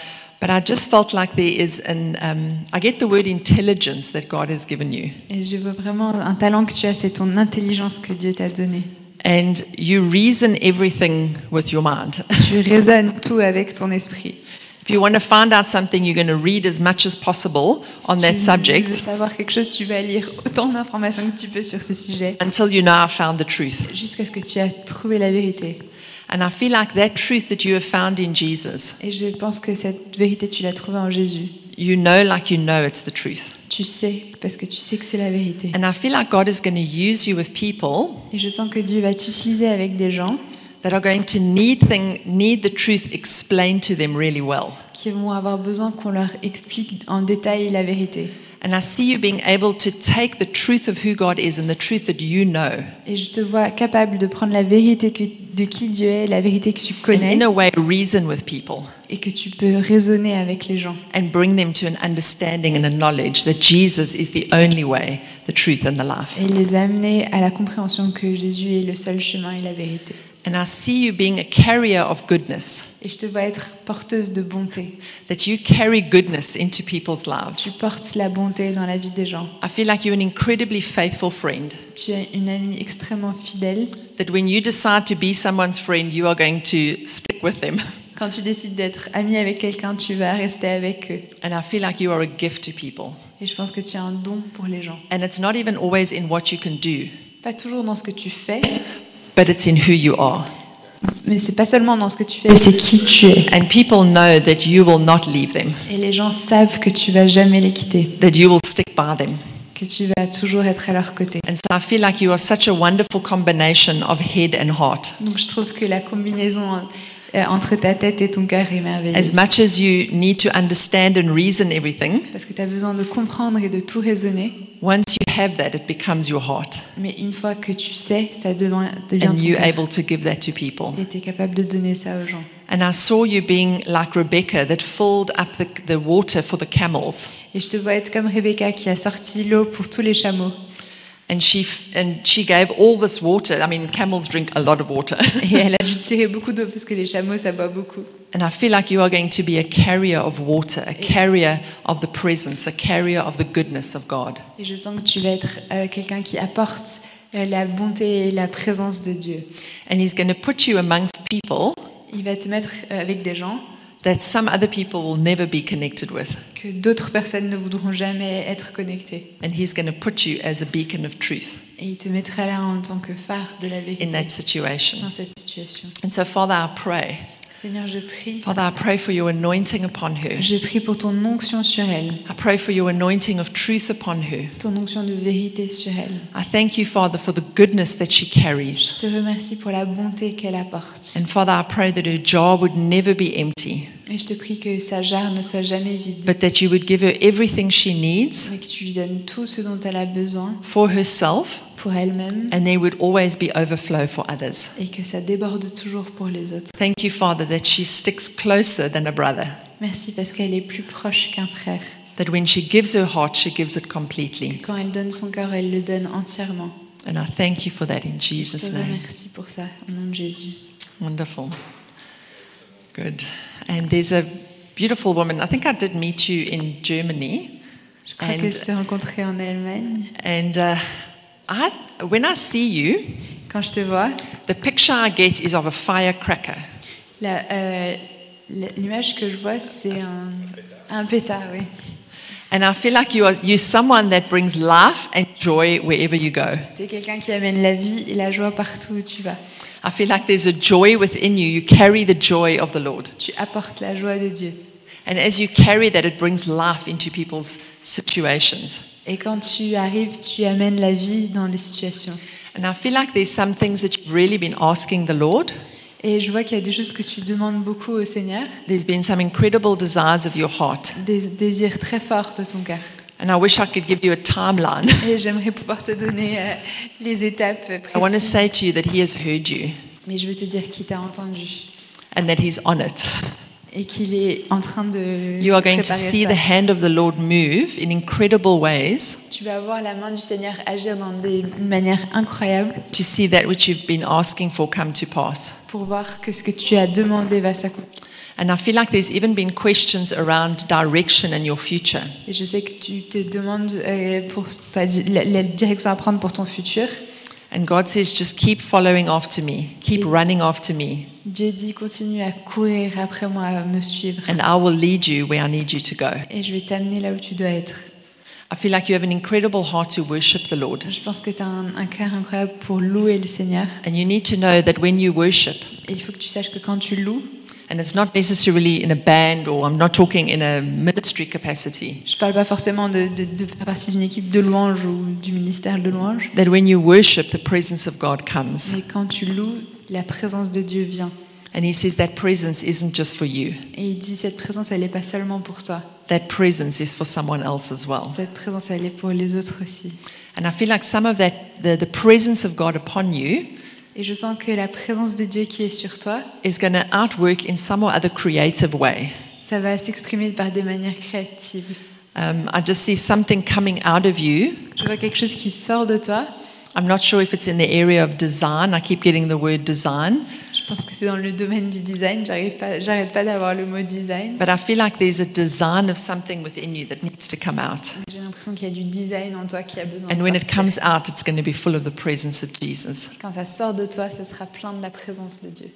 but I just felt like there is an, um, I get the word intelligence that God has given you.
Et je vois vraiment un talent que tu as, c'est ton intelligence que Dieu t'a donnée.
And you reason everything with your mind.
Tu raisonnes tout avec ton esprit.
if you want to find out something, you're going to read as much as possible on
Si
that
tu veux
subject
savoir quelque chose, tu vas lire autant d'informations que tu peux sur ce sujet
until you know I found the truth.
jusqu'à ce que tu as trouvé la vérité.
And I feel like that truth that you have found in Jesus,
Et je pense que cette vérité, tu l'as trouvée en Jésus.
you know like you know it's the truth.
Tu sais, parce que tu sais que c'est la vérité.
And I feel like God is going to use you with people
Et je sens que Dieu va t'utiliser avec des gens
that are going to need, thing, need the truth explained to them really well.
qui vont avoir besoin qu'on leur explique en détail la vérité.
And I see you being able to take the truth of who God is and the truth that you know
Et je te vois capable de prendre la vérité que- de qui Dieu est, la vérité que tu
and
connais,
in a way reason with people
et que tu peux raisonner avec les gens.
and bring them to an understanding and a knowledge that Jesus is the only way, the truth, and the life.
Et les amener à la compréhension que Jésus est le seul chemin et la vérité.
And I see you being a carrier of goodness,
Et je te vois être porteuse de bonté.
that you carry goodness into people's lives.
Tu portes la bonté dans la vie des gens.
I feel like you're an incredibly faithful friend,
Tu es une amie extrêmement fidèle.
that when you decide to be someone's friend, you are going to stick with them.
Quand tu décides d'être amie avec quelqu'un, tu vas rester avec eux.
And I feel like you are a gift to people.
Et je pense que tu as un don pour les gens.
And it's not even always in what you can do,
Pas toujours dans ce que tu fais,
but it's in who you are.
mais c'est pas seulement dans ce que tu fais, c'est qui tu es.
And people know that you will not leave them,
Et les gens savent que tu vas jamais les quitter,
that you will stick by them.
que tu vas toujours être à leur côté.
And so I feel like you are such a wonderful combination of head and heart.
Donc je trouve que la combinaison euh, entre ta tête et ton cœur est merveilleuse.
As much as you need to understand and reason everything,
Parce que tu as besoin de comprendre et de tout raisonner,
once you have that, it becomes your heart.
mais une fois que tu sais, ça devient, devient ton
And you're
cœur.
able to give that to people.
Et tu es capable de donner ça aux gens.
And I saw you being like Rebecca that filled up the, the water for the camels.
Et je te vois être comme Rebecca qui a sorti l'eau pour tous les chameaux.
And she, f- and she gave all this water. I mean, camels drink a lot of water.
Et elle a dû tirer beaucoup d'eau parce que les chameaux, ça boit beaucoup.
And I feel like you are going to be a carrier of water, a carrier of the presence, a carrier of the goodness of God.
Et je sens que tu vas être euh, quelqu'un qui apporte euh, la bonté et la présence de Dieu.
And He's going to put you amongst people
Il va te mettre euh, avec des gens
that some other people will never be connected with.
que d'autres personnes ne voudront jamais être connectées.
And He's going to put you as a beacon of truth
Et il te mettra là en tant que phare de la vérité
in that situation.
dans cette situation.
And so, Father, I pray.
Seigneur, je prie.
Father, I pray for your anointing upon her.
Je prie pour ton onction sur elle,
I pray for your anointing of truth upon her.
ton onction de vérité sur elle.
I thank you, Father, for the goodness that she carries.
Je te remercie pour la bonté qu'elle apporte.
And Father, I pray that her jar would never be empty,
Et je te prie que sa jarre ne soit jamais vide,
but that you would give her everything she needs.
mais que tu lui donnes tout ce dont elle a besoin
for herself,
pour elle-même
and there would always be overflow for others.
et que ça déborde toujours pour les autres.
Thank you, Father, that she sticks closer than a brother,
Merci parce qu'elle est plus proche qu'un frère.
that when she gives her heart, she gives it completely.
Quand elle donne son cœur, elle le donne entièrement.
And I thank you for that in
Je
Jesus'
te
name.
remercie pour ça, au nom de Jésus.
Wonderful. Good. And there's a beautiful woman. I think I did meet you in Germany.
Je crois que
And,
je t'ai rencontrée en Allemagne.
and uh, I, when I see you,
Quand je te vois,
the picture I get is of a firecracker.
la- euh, la- l'image que je vois, c'est un, un pétard, oui.
And I feel like you are, you're someone that brings life and joy wherever you go.
T'es quelqu'un qui amène la vie et la joie partout où tu vas.
I feel like there's a joy within you. You carry the joy of the Lord.
Tu apportes la joie de Dieu.
And as you carry that, it brings life into people's situations.
Et quand tu arrives, tu amènes la vie dans les situations.
And I feel like there's some things that you've really been asking the Lord.
Et je vois qu'il y a des choses que tu demandes beaucoup au Seigneur,
There's been some incredible desires of your heart.
des désirs très forts de ton cœur.
And I wish I could give you a timeline.
Et j'aimerais pouvoir te donner euh, les étapes
I want to
précises.
say to you that He has heard you
Mais je veux te dire qu'il t'a entendu
and that He's on it.
et qu'il est en train de
You are going
préparer
to see
ça.
the hand of the Lord move in incredible ways
Tu vas voir la main du Seigneur agir dans des manières incroyables
to see that which you've been asking for come to pass.
pour voir que ce que tu as demandé va s'accomplir.
And I feel like there's even been questions around direction and your future.
Et je sais que tu te demandes euh, pour ta di- la, la direction à prendre pour ton futur.
And God says, just keep following after me, keep running after me,
Dieu dit continue à courir après moi, à me suivre,
and I will lead you where I need you to go.
et je vais t'amener là où tu dois être.
I feel like you have an incredible heart to worship the Lord.
Je pense que tu as un, un cœur incroyable pour louer le Seigneur.
And you need to know that when you worship,
Et il faut que tu saches que quand tu loues,
and it's not necessarily in a band or I'm not talking in a ministry capacity,
je parle pas forcément de, de- de faire partie d'une équipe de louange ou du ministère de louange,
that when you worship, the presence of God comes.
mais quand tu loues, la présence de Dieu vient.
And He says that presence isn't just for you,
Et il dit cette présence, elle n'est pas seulement pour toi.
that presence is for someone else as well.
Cette présence, elle est pour les autres aussi.
And I feel like some of that, the, the presence of God upon you,
Et je sens que la présence de Dieu qui est sur toi,
is going to outwork in some or other creative way.
ça va s'exprimer par des manières créatives.
Um, I just see something coming out of you.
Je vois quelque chose qui sort de toi.
I'm not sure if it's in the area of design. I keep getting the word design,
Je pense que c'est dans le domaine du design. J'arrive pas, j'arrête pas d'avoir le mot design.
but I feel like there's a design of something within you that needs to come out.
J'ai l'impression qu'il y a du design en toi qui a besoin.
And
de
when it
sortir.
comes out, it's going to be full of the presence of Jesus.
Quand ça sort de toi, ça sera plein de la présence de Dieu.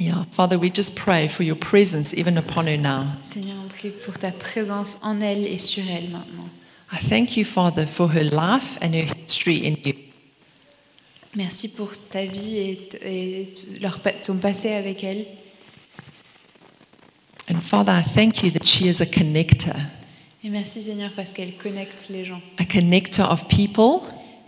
Yeah, Father, we just pray for your presence even upon her now.
Seigneur, on prie pour ta présence en elle et sur elle maintenant.
I thank you, Father, for her life and her history in you.
Merci pour ta vie et, et leur, pa- ton passé avec elle.
And Father, I thank you that she is a connector,
Et merci Seigneur parce qu'elle connecte les gens.
a connector of people.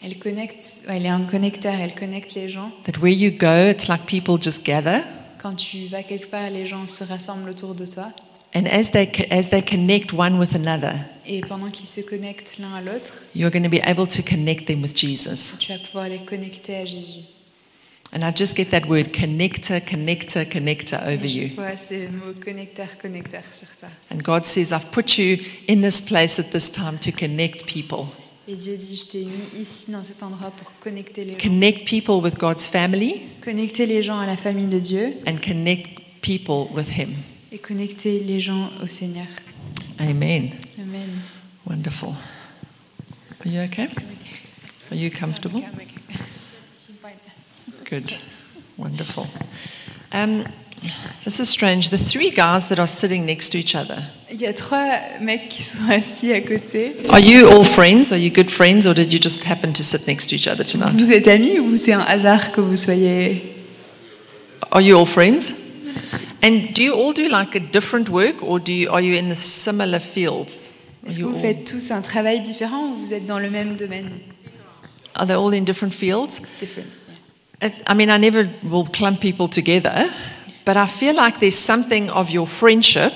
Elle connecte, ouais, elle est un connecteur, elle connecte les gens.
That where you go, it's like people just gather.
Quand tu vas quelque part, les gens se rassemblent autour de toi.
And as they, as they connect one with another,
Et pendant qu'ils se connectent l'un à l'autre,
you're going to be able to connect them with Jesus.
tu vas pouvoir les connecter à Jésus.
And I just get that word connector, connector, connector over you.
Voilà, c'est le mot connecteur, connecteur sur toi.
And God says, I've put you in this place at this time to connect people.
Et Dieu dit, je t'ai mis ici dans cet endroit pour connecter les gens.
Connect people with God's family
Connecter les gens à la famille de Dieu
and connect people with Him.
et connecter les gens au Seigneur.
Amen.
Amen.
Wonderful. Are you okay? Are you comfortable? Good. Wonderful. Um, this is strange. The three guys that are sitting next to each other.
Il y a trois mecs qui sont assis à côté.
Are you all friends? Are you good friends? Or did you just happen to sit next to each other tonight?
Vous êtes amis ou c'est un hasard que vous soyez
Are you all friends? And do you all do like a different work or do you, are you in the similar fields? Are,
Est-ce que
you
vous
all-
faites tous un travail différent ou vous êtes dans le même domaine
are they all in different fields?
Different.
It- I mean, I never will clump people together, but I feel like there's something of your friendship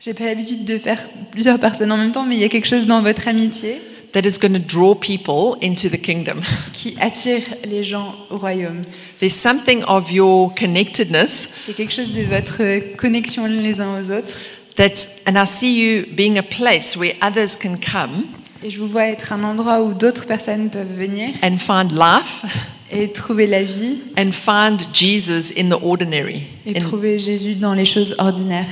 J'ai pas l'habitude de faire plusieurs personnes en même temps, mais il y a quelque chose dans votre amitié
that is going to draw people into the kingdom.
qui attire les gens au royaume.
There's something of your connectedness
Il y a quelque chose de votre connexion les uns aux autres.
that's, and I see you being a place where others can come
Et je vous vois être un endroit où d'autres personnes peuvent venir
and find life
et trouver la vie
and find Jesus in the ordinary.
et
And-
trouver Jésus dans les choses ordinaires.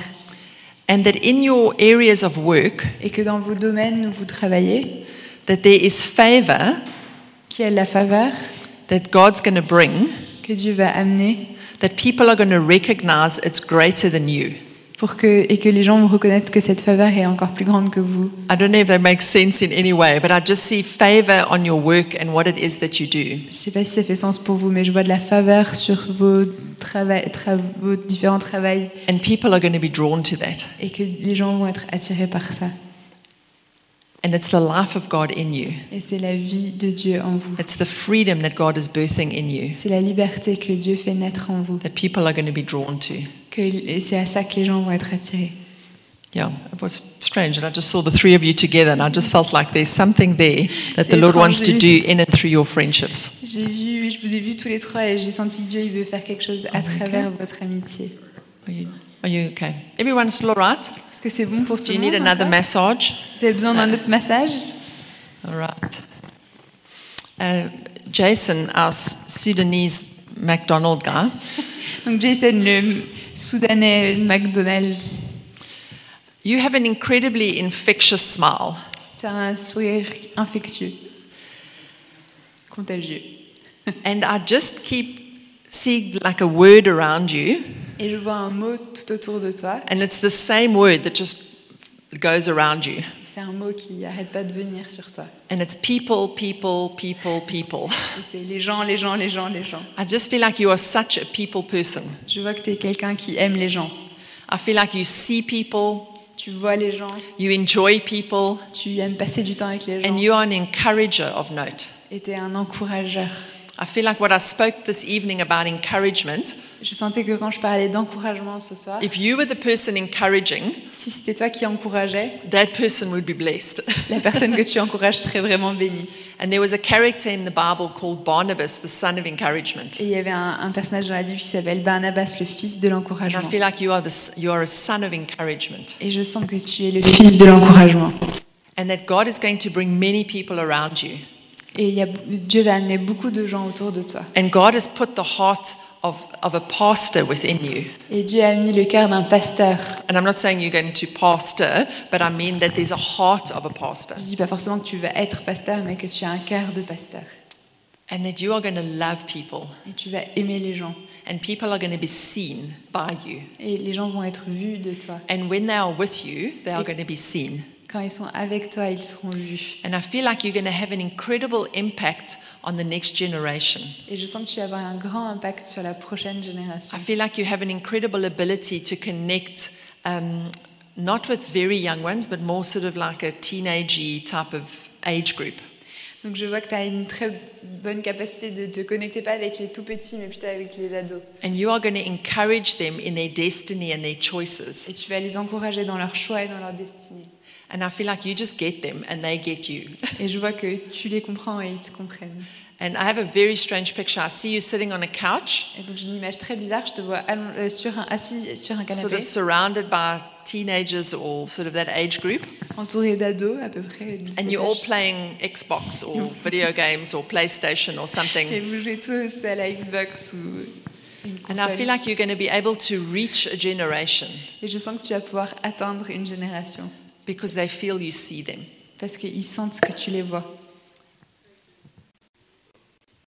and that in your areas of work,
Et que dans vos domaines où vous travaillez,
that there is favor
qu'il y a la faveur
that God's going to bring,
que Dieu va amener,
that people are going to recognize it's greater than you.
pour que, et que les gens vont reconnaître que cette faveur est encore plus grande que vous.
I don't know if that makes sense in any way, but I just see favor on your work and what it is that you do.
Je ne sais pas si ça fait sens pour vous, mais je vois de la faveur sur vos, trava- tra- vos différents travails
And people are going to be drawn to that.
et que les gens vont être attirés par ça.
And it's the life of God in you,
Et c'est la vie de Dieu en vous.
it's the freedom that God is birthing in you
C'est la liberté que Dieu fait naître en vous.
that people are going to be drawn to.
Que, et c'est à ça que les gens vont être attirés.
Yeah, it was strange. And I just saw the three of you together, and I just felt like there's something there that the Lord wants to do in and through your friendships.
J'ai vu, oui, je vous ai vu tous les trois et j'ai senti que Dieu il veut faire quelque chose à
d'accord.
travers votre amitié.
Are you, are you okay? Everyone's still all right?
Est-ce que c'est bon pour tout
Do
le
you
monde
need another
encore
massage?
Vous avez besoin d'un autre massage
All right. Uh, Jason, our S- Sudanese McDonald guy,
Donc Jason, le Soudanais McDonald's,
you have an incredibly infectious smile.
t'as un sourire infectieux, contagieux.
And I just keep seeing like a word around you,
Et je vois un mot tout autour de toi.
and it's the same word that just goes around you.
C'est un mot qui arrête pas de venir sur toi.
And it's people, people, people, people.
Et c'est les gens, les gens, les gens, les gens.
I just feel like you are such a people person.
Je vois que tu es quelqu'un qui aime les gens.
I feel like you see people,
Tu vois les gens,
you enjoy people,
tu aimes passer du temps avec les gens.
and you are an encourager of note.
Et tu es un encourageur.
I feel like what I spoke this evening about encouragement,
Je sentais que quand je parlais d'encouragement ce soir,
if you were the person encouraging,
si c'était toi qui encourageais,
that person would be blessed.
la personne que tu encourages serait vraiment bénie.
and there was a character in the Bible called Barnabas, the son of encouragement.
Et il y avait un, un personnage dans la Bible qui s'appelle Barnabas, le fils de
And I
l'encouragement.
feel like you are, the, s- you are a son of encouragement,
Et je sens que tu es le fils de l'encouragement.
and that God is going to bring many people around you.
Et il y a- Dieu va amener beaucoup de gens autour de toi.
And God has put the heart of, of a pastor within you.
Et Dieu a mis le cœur d'un pasteur.
And I'm not saying you're going to pastor, but I mean that there's a heart of a pastor
Je dis pas forcément que tu vas être pasteur, mais que tu as un cœur de pasteur.
and that you are going to love people
Et tu vas aimer les gens.
and people are going to be seen by you.
Et les gens vont être vus de toi.
And when they are with you, they are going to be seen.
Quand ils sont avec toi, ils seront vus.
And I feel like you're going to have an incredible impact on the next generation.
Et je sens que tu vas avoir un grand impact sur la prochaine génération.
I feel like you have an incredible ability to connect, um, not with very young ones, but more sort of like a teenagey type of age group.
Donc je vois que tu as une très bonne capacité de te connecter pas avec les tout petits, mais plutôt avec les ados.
And you are going to encourage them in their destiny and their choices.
Et tu vas les encourager dans leur choix et dans leur destinée.
And I feel like you just get them and they get you.
Et je vois que tu les comprends et ils te comprennent.
And I have a very strange picture. I see you sitting on a couch,
Et donc j'ai une image très bizarre, je te vois allon- euh, sur un, assis sur
sort
un canapé,
of surrounded by teenagers or sort of that age group,
entouré d'ados à peu près. de
and
cet
you're all
âge.
playing Xbox or video games or PlayStation or
Et
something.
vous jouez tous à la Xbox ou une
And I
console.
feel like you're going to be able to reach a generation
Et je sens que tu vas pouvoir atteindre une génération
because they feel you see them.
parce qu'ils sentent que tu les vois.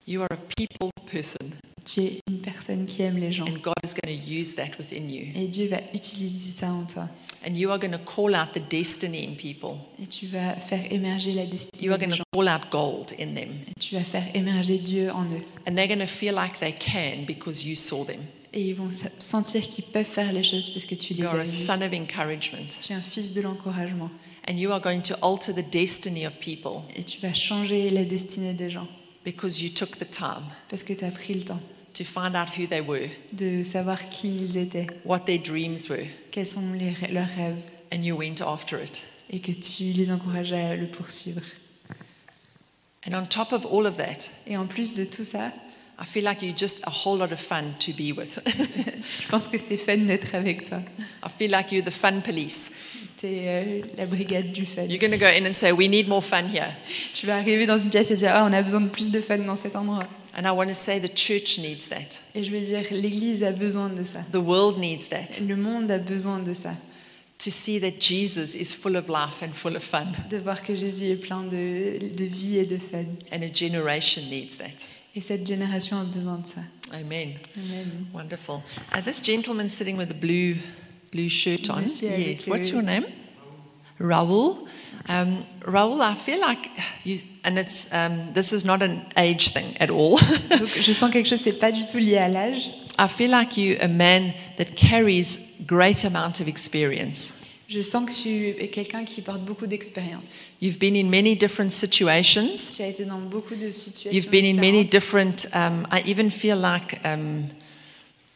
You are a people person,
Tu es une personne qui aime les gens.
and God is going to use that within you.
Et Dieu va utiliser ça en toi.
And you are going to call out the destiny in people.
Et tu vas faire émerger la destinée
You are
des
going to
gens.
call out gold in them.
Et tu vas faire émerger Dieu en eux.
And they're going to feel like they can because you saw them.
Et ils vont sa- sentir qu'ils peuvent faire les choses parce que tu les
You
as
are a
vus.
son of encouragement.
Tu es un fils de l'encouragement.
And you are going to alter the destiny of people
Et tu vas changer la destinée des gens
because you took the time
parce que tu as pris le temps
to find out who they were,
de savoir qui ils étaient,
what their dreams were,
quels sont les rê- leurs rêves
and you went after it.
et que tu les encourages à le poursuivre.
And on top of all of that,
Et en plus de tout ça,
I feel like you're just a whole lot of fun to be with.
je pense que c'est fun d'être avec toi.
I feel like you're the fun police.
Tu es euh, la brigade du fun.
You're going to go in and say, We need more fun here.
Tu vas arriver dans une pièce et dire Ah, on a besoin de plus de fun dans cet endroit.
And I want to say the church needs that,
Et je veux dire, l'Église a besoin de ça.
the world needs that,
Le monde a besoin de ça.
to see that Jesus is full of life and full of fun.
De voir que Jésus est plein de, de vie et de fun.
And a generation needs that.
Et cette génération a besoin de ça.
Amen.
Amen.
Wonderful. Uh, this gentleman sitting with the blue blue shirt on.
Monsieur avec
yes.
le-
What's your name? Raoul. Um, Raoul, I feel like you, and it's um, this is not an age thing at all.
Donc, je sens quelque chose, c'est pas du tout lié à l'âge.
I feel like you a man that carries great amount of experience.
Je sens que tu es quelqu'un qui porte beaucoup d'expérience.
You've been in many different situations.
Tu as été dans beaucoup de situations.
You've been in many
différentes.
different. Um, I even feel like um,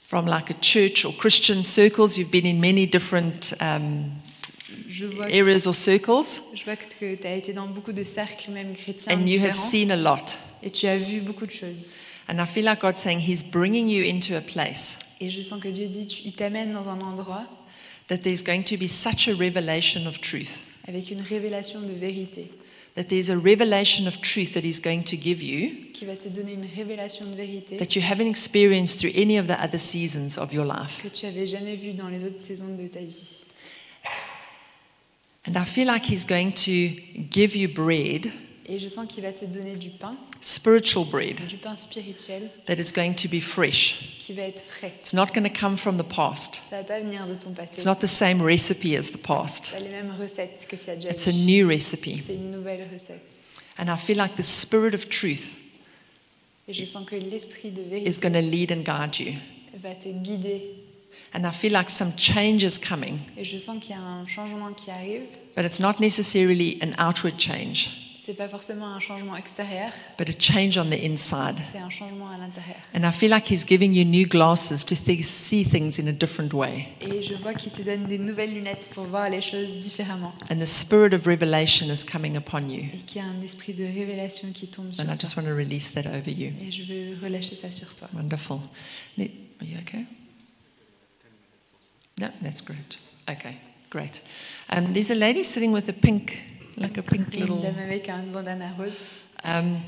from like a church or Christian circles. You've been in many different um,
Je vois, que,
areas or circles,
je vois que tu as été dans beaucoup de cercles, même chrétiens,
and you have
différents,
seen a lot.
et tu as vu beaucoup de choses.
And I feel like God's saying He's bringing you into a place
Et je sens que Dieu dit, tu, il t'amène dans un endroit
that there's going to be such a revelation of truth,
avec une révélation de vérité,
that there's a revelation of truth that He's going to give you
qui va te donner une révélation de vérité
that you haven't experienced through any of the other seasons of your life.
que tu avais jamais vue dans les autres saisons de ta vie.
And I feel like He's going to give you bread,
Et je sens qu'il va te donner du pain,
spiritual bread,
du pain spirituel
that is going to be fresh.
qui va être frais.
It's not going to come from the past,
Ça va pas venir de ton
it's
passé.
not the same recipe as the past.
pas les mêmes recettes que tu as déjà
It's a
vues.
new recipe.
C'est une nouvelle recette.
And I feel like the Spirit of truth
Et je sens que l'esprit de
is
vérité
going to lead and guide you.
va te guider.
And I feel like some change is coming,
Et je sens qu'il y a un changement qui arrive.
but it's not necessarily an outward change,
C'est pas forcément un changement extérieur,
but a change on the inside.
c'est un changement à l'intérieur.
And I feel like he's giving you new glasses to thi- see things in a different way.
Et je vois qu'il te donne des nouvelles lunettes pour voir les choses différemment.
And the spirit of revelation is coming upon you.
Et qu'il y a un esprit de révélation qui tombe sur
And I
toi.
just want to release that over you.
Et je veux relâcher ça sur toi.
Wonderful. Ne- Are you okay? No, that's great. Okay, great. Um, there's a lady sitting with a pink, like a pink
Et hein, une
little.
dame avec un bandana rose.
Um,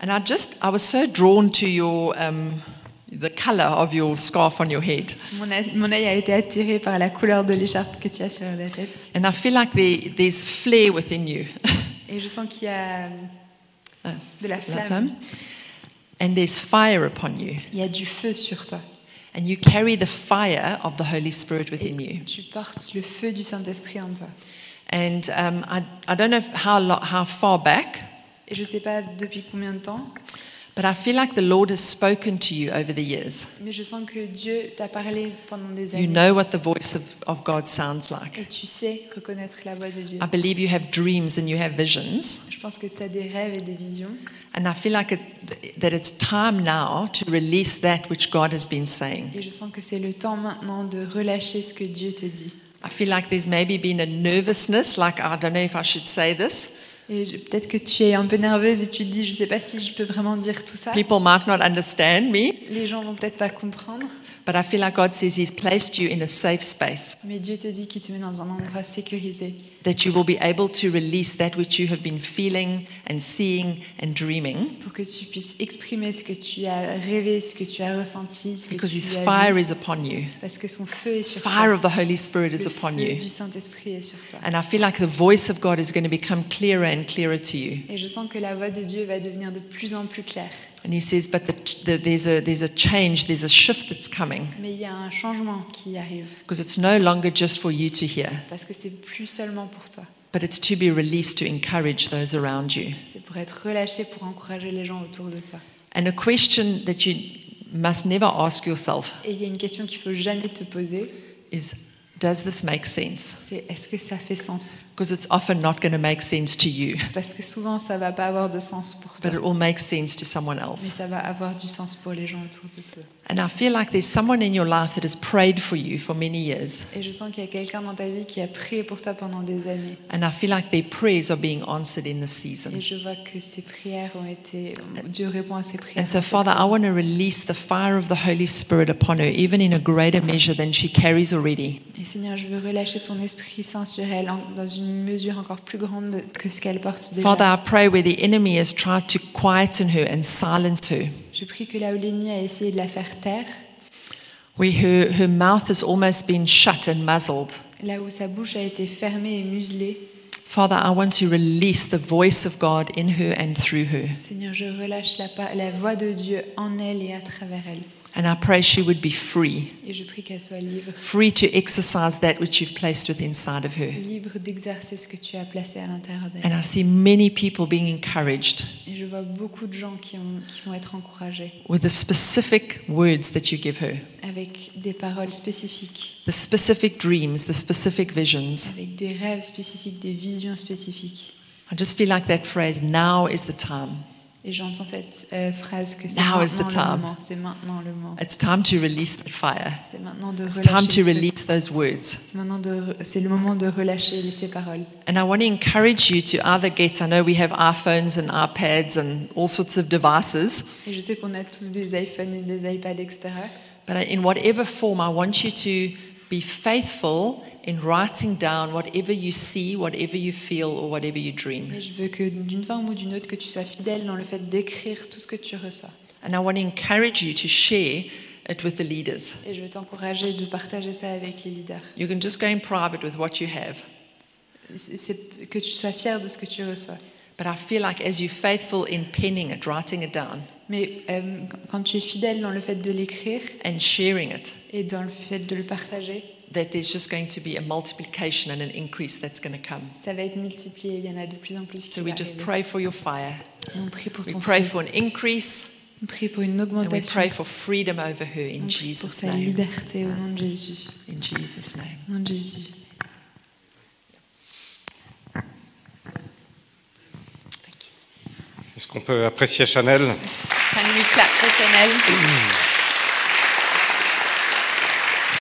and I just, I was so drawn to your, um, the color of your scarf on your head.
Mon œil mon œil a été attiré par la couleur de l'écharpe que tu as sur la tête.
And I feel like there, there's flair within you.
Et je sens qu'il y a euh,
Uh,
de la
la
flamme.
flame. And there's fire upon you.
Il y a du feu sur toi.
And you carry the fire of the Holy Spirit within you.
Tu portes le feu du Saint-Esprit en toi.
And um, I, I don't know if- how, lo- how far back,
Et je ne sais pas depuis combien de temps,
but I feel like the Lord has spoken to you over the years.
mais je sens que Dieu t'a parlé pendant des années.
You know what the voice of, of God sounds like.
Et tu sais reconnaître la voix de Dieu.
I believe you have dreams and you have visions.
Je pense que tu as des rêves et des visions.
And I feel like it, that it's time now to release that which God has been saying.
Et je sens que c'est le temps maintenant de relâcher ce que Dieu te dit.
I feel like there's maybe been a nervousness, like I don't know if I should say this.
Et je- peut-être que tu es un peu nerveuse et tu te dis, je ne sais pas si je peux vraiment dire tout ça.
People might not understand me,
Les gens vont peut-être pas comprendre,
but I feel like God says He's placed you in a safe space
mais Dieu te dit qu'il te met dans un endroit sécurisé.
that you will be able to release that which you have been feeling and seeing and dreaming
pour que tu puisses exprimer ce que tu as rêvé, ce que tu as ressenti, ce que
because
tu
His
as vu,
fire is upon you.
parce que son feu est sur
Fire
toi.
of the Holy Spirit
Le
is
feu
upon you.
du Saint-Esprit est sur toi.
And I feel like the voice of God is going to become clearer and clearer to you.
Et je sens que la voix de Dieu va devenir de plus en plus claire.
And he says, but the, the, there's, a, there's a change, there's a shift that's coming
Mais il y a un changement qui arrive,
because it's no longer just for you to hear,
parce que c'est plus seulement pour toi.
but it's to be released to encourage those around you.
C'est pour être relâché, pour encourager les gens autour de toi.
And a question that you must never ask yourself
Et il y a une question qu'il faut jamais te poser,
is Does this make sense?
c'est est-ce que ça fait sens
Because it's often not going to make sense to you,
Parce que souvent ça va pas avoir de sens pour toi,
but it will make sense to someone
mais
else.
ça va avoir du sens pour les gens autour de toi.
And I feel like there's someone in your life that has prayed for you for many years.
Et je sens qu'il y a quelqu'un dans ta vie qui a prié pour toi pendant des années.
And I feel like their prayers are being answered in this
Et
season.
je vois que ces prières ont été. Dieu répond à ces prières.
And so, Father, I want to release the fire of the Holy Spirit upon her, even in a greater measure than she carries already.
Et Seigneur, je veux relâcher ton Esprit Saint sur elle en- dans une mesure encore plus grande que ce qu'elle porte déjà.
Father, I pray where the enemy has tried to quieten her and silence her,
je prie que là où l'ennemi a essayé de la faire taire,
where her, her mouth has almost been shut and muzzled.
là où sa bouche a été fermée et muselée,
Father, I want to release the voice of God in her and through her.
Seigneur, je relâche la, pa- la voix de Dieu en elle et à travers elle.
And I pray she would be free,
Et je prie qu'elle soit libre,
free to exercise that which you've placed within inside of her.
libre d'exercer ce que tu as placé à l'intérieur d'elle.
And I see many people being encouraged
Et je vois beaucoup de gens qui, ont- qui vont être encouragés
with the specific words that you give her,
avec des paroles spécifiques,
the specific dreams, the specific visions.
avec des rêves spécifiques, des visions spécifiques.
I just feel like that phrase, now is the time.
Et j'entends cette euh, phrase que c'est
Now is the
maintenant le
time.
moment. C'est maintenant le moment.
It's time to release that fire.
C'est maintenant de
It's time
relâcher.
to
le feu.
release those words.
C'est maintenant de. re- C'est le moment de relâcher ces paroles.
And I want to encourage you to either get, I know we have iPhones and iPads and all sorts of devices,
Et je sais qu'on a tous des iPhones et des iPads, etc.
but in whatever form, I want you to be faithful in writing down whatever you see, whatever you feel, or whatever you dream.
Mais je veux que d'une forme ou d'une autre, que tu sois fidèle dans le fait d'écrire tout ce que tu reçois.
And I want to encourage you to share it with the leaders.
Et je veux t'encourager de partager ça avec les leaders.
You can just go in private with what you have.
C'est- C'est que tu sois fier de ce que tu reçois.
But I feel like as you're faithful in penning it, writing it down,
Mais euh, quand- quand tu es fidèle dans le fait de l'écrire
and sharing it,
et dans le fait de le partager,
that there's just going to be a multiplication and an increase that's going to come.
ça va être multiplié. Il y en a de plus en plus. qui
So we
va
just
arriver.
pray for your fire.
On prie pour
We
ton
pray
feu.
for an increase
On prie pour une
and we
augmentation.
pray for freedom over her
On
in
prie pour
Jesus'
sa
name.
liberté au nom de Jésus.
In Jesus' name.
Au nom de Jésus.
Est-ce qu'on peut apprécier Chanel
Can we clap for Chanel?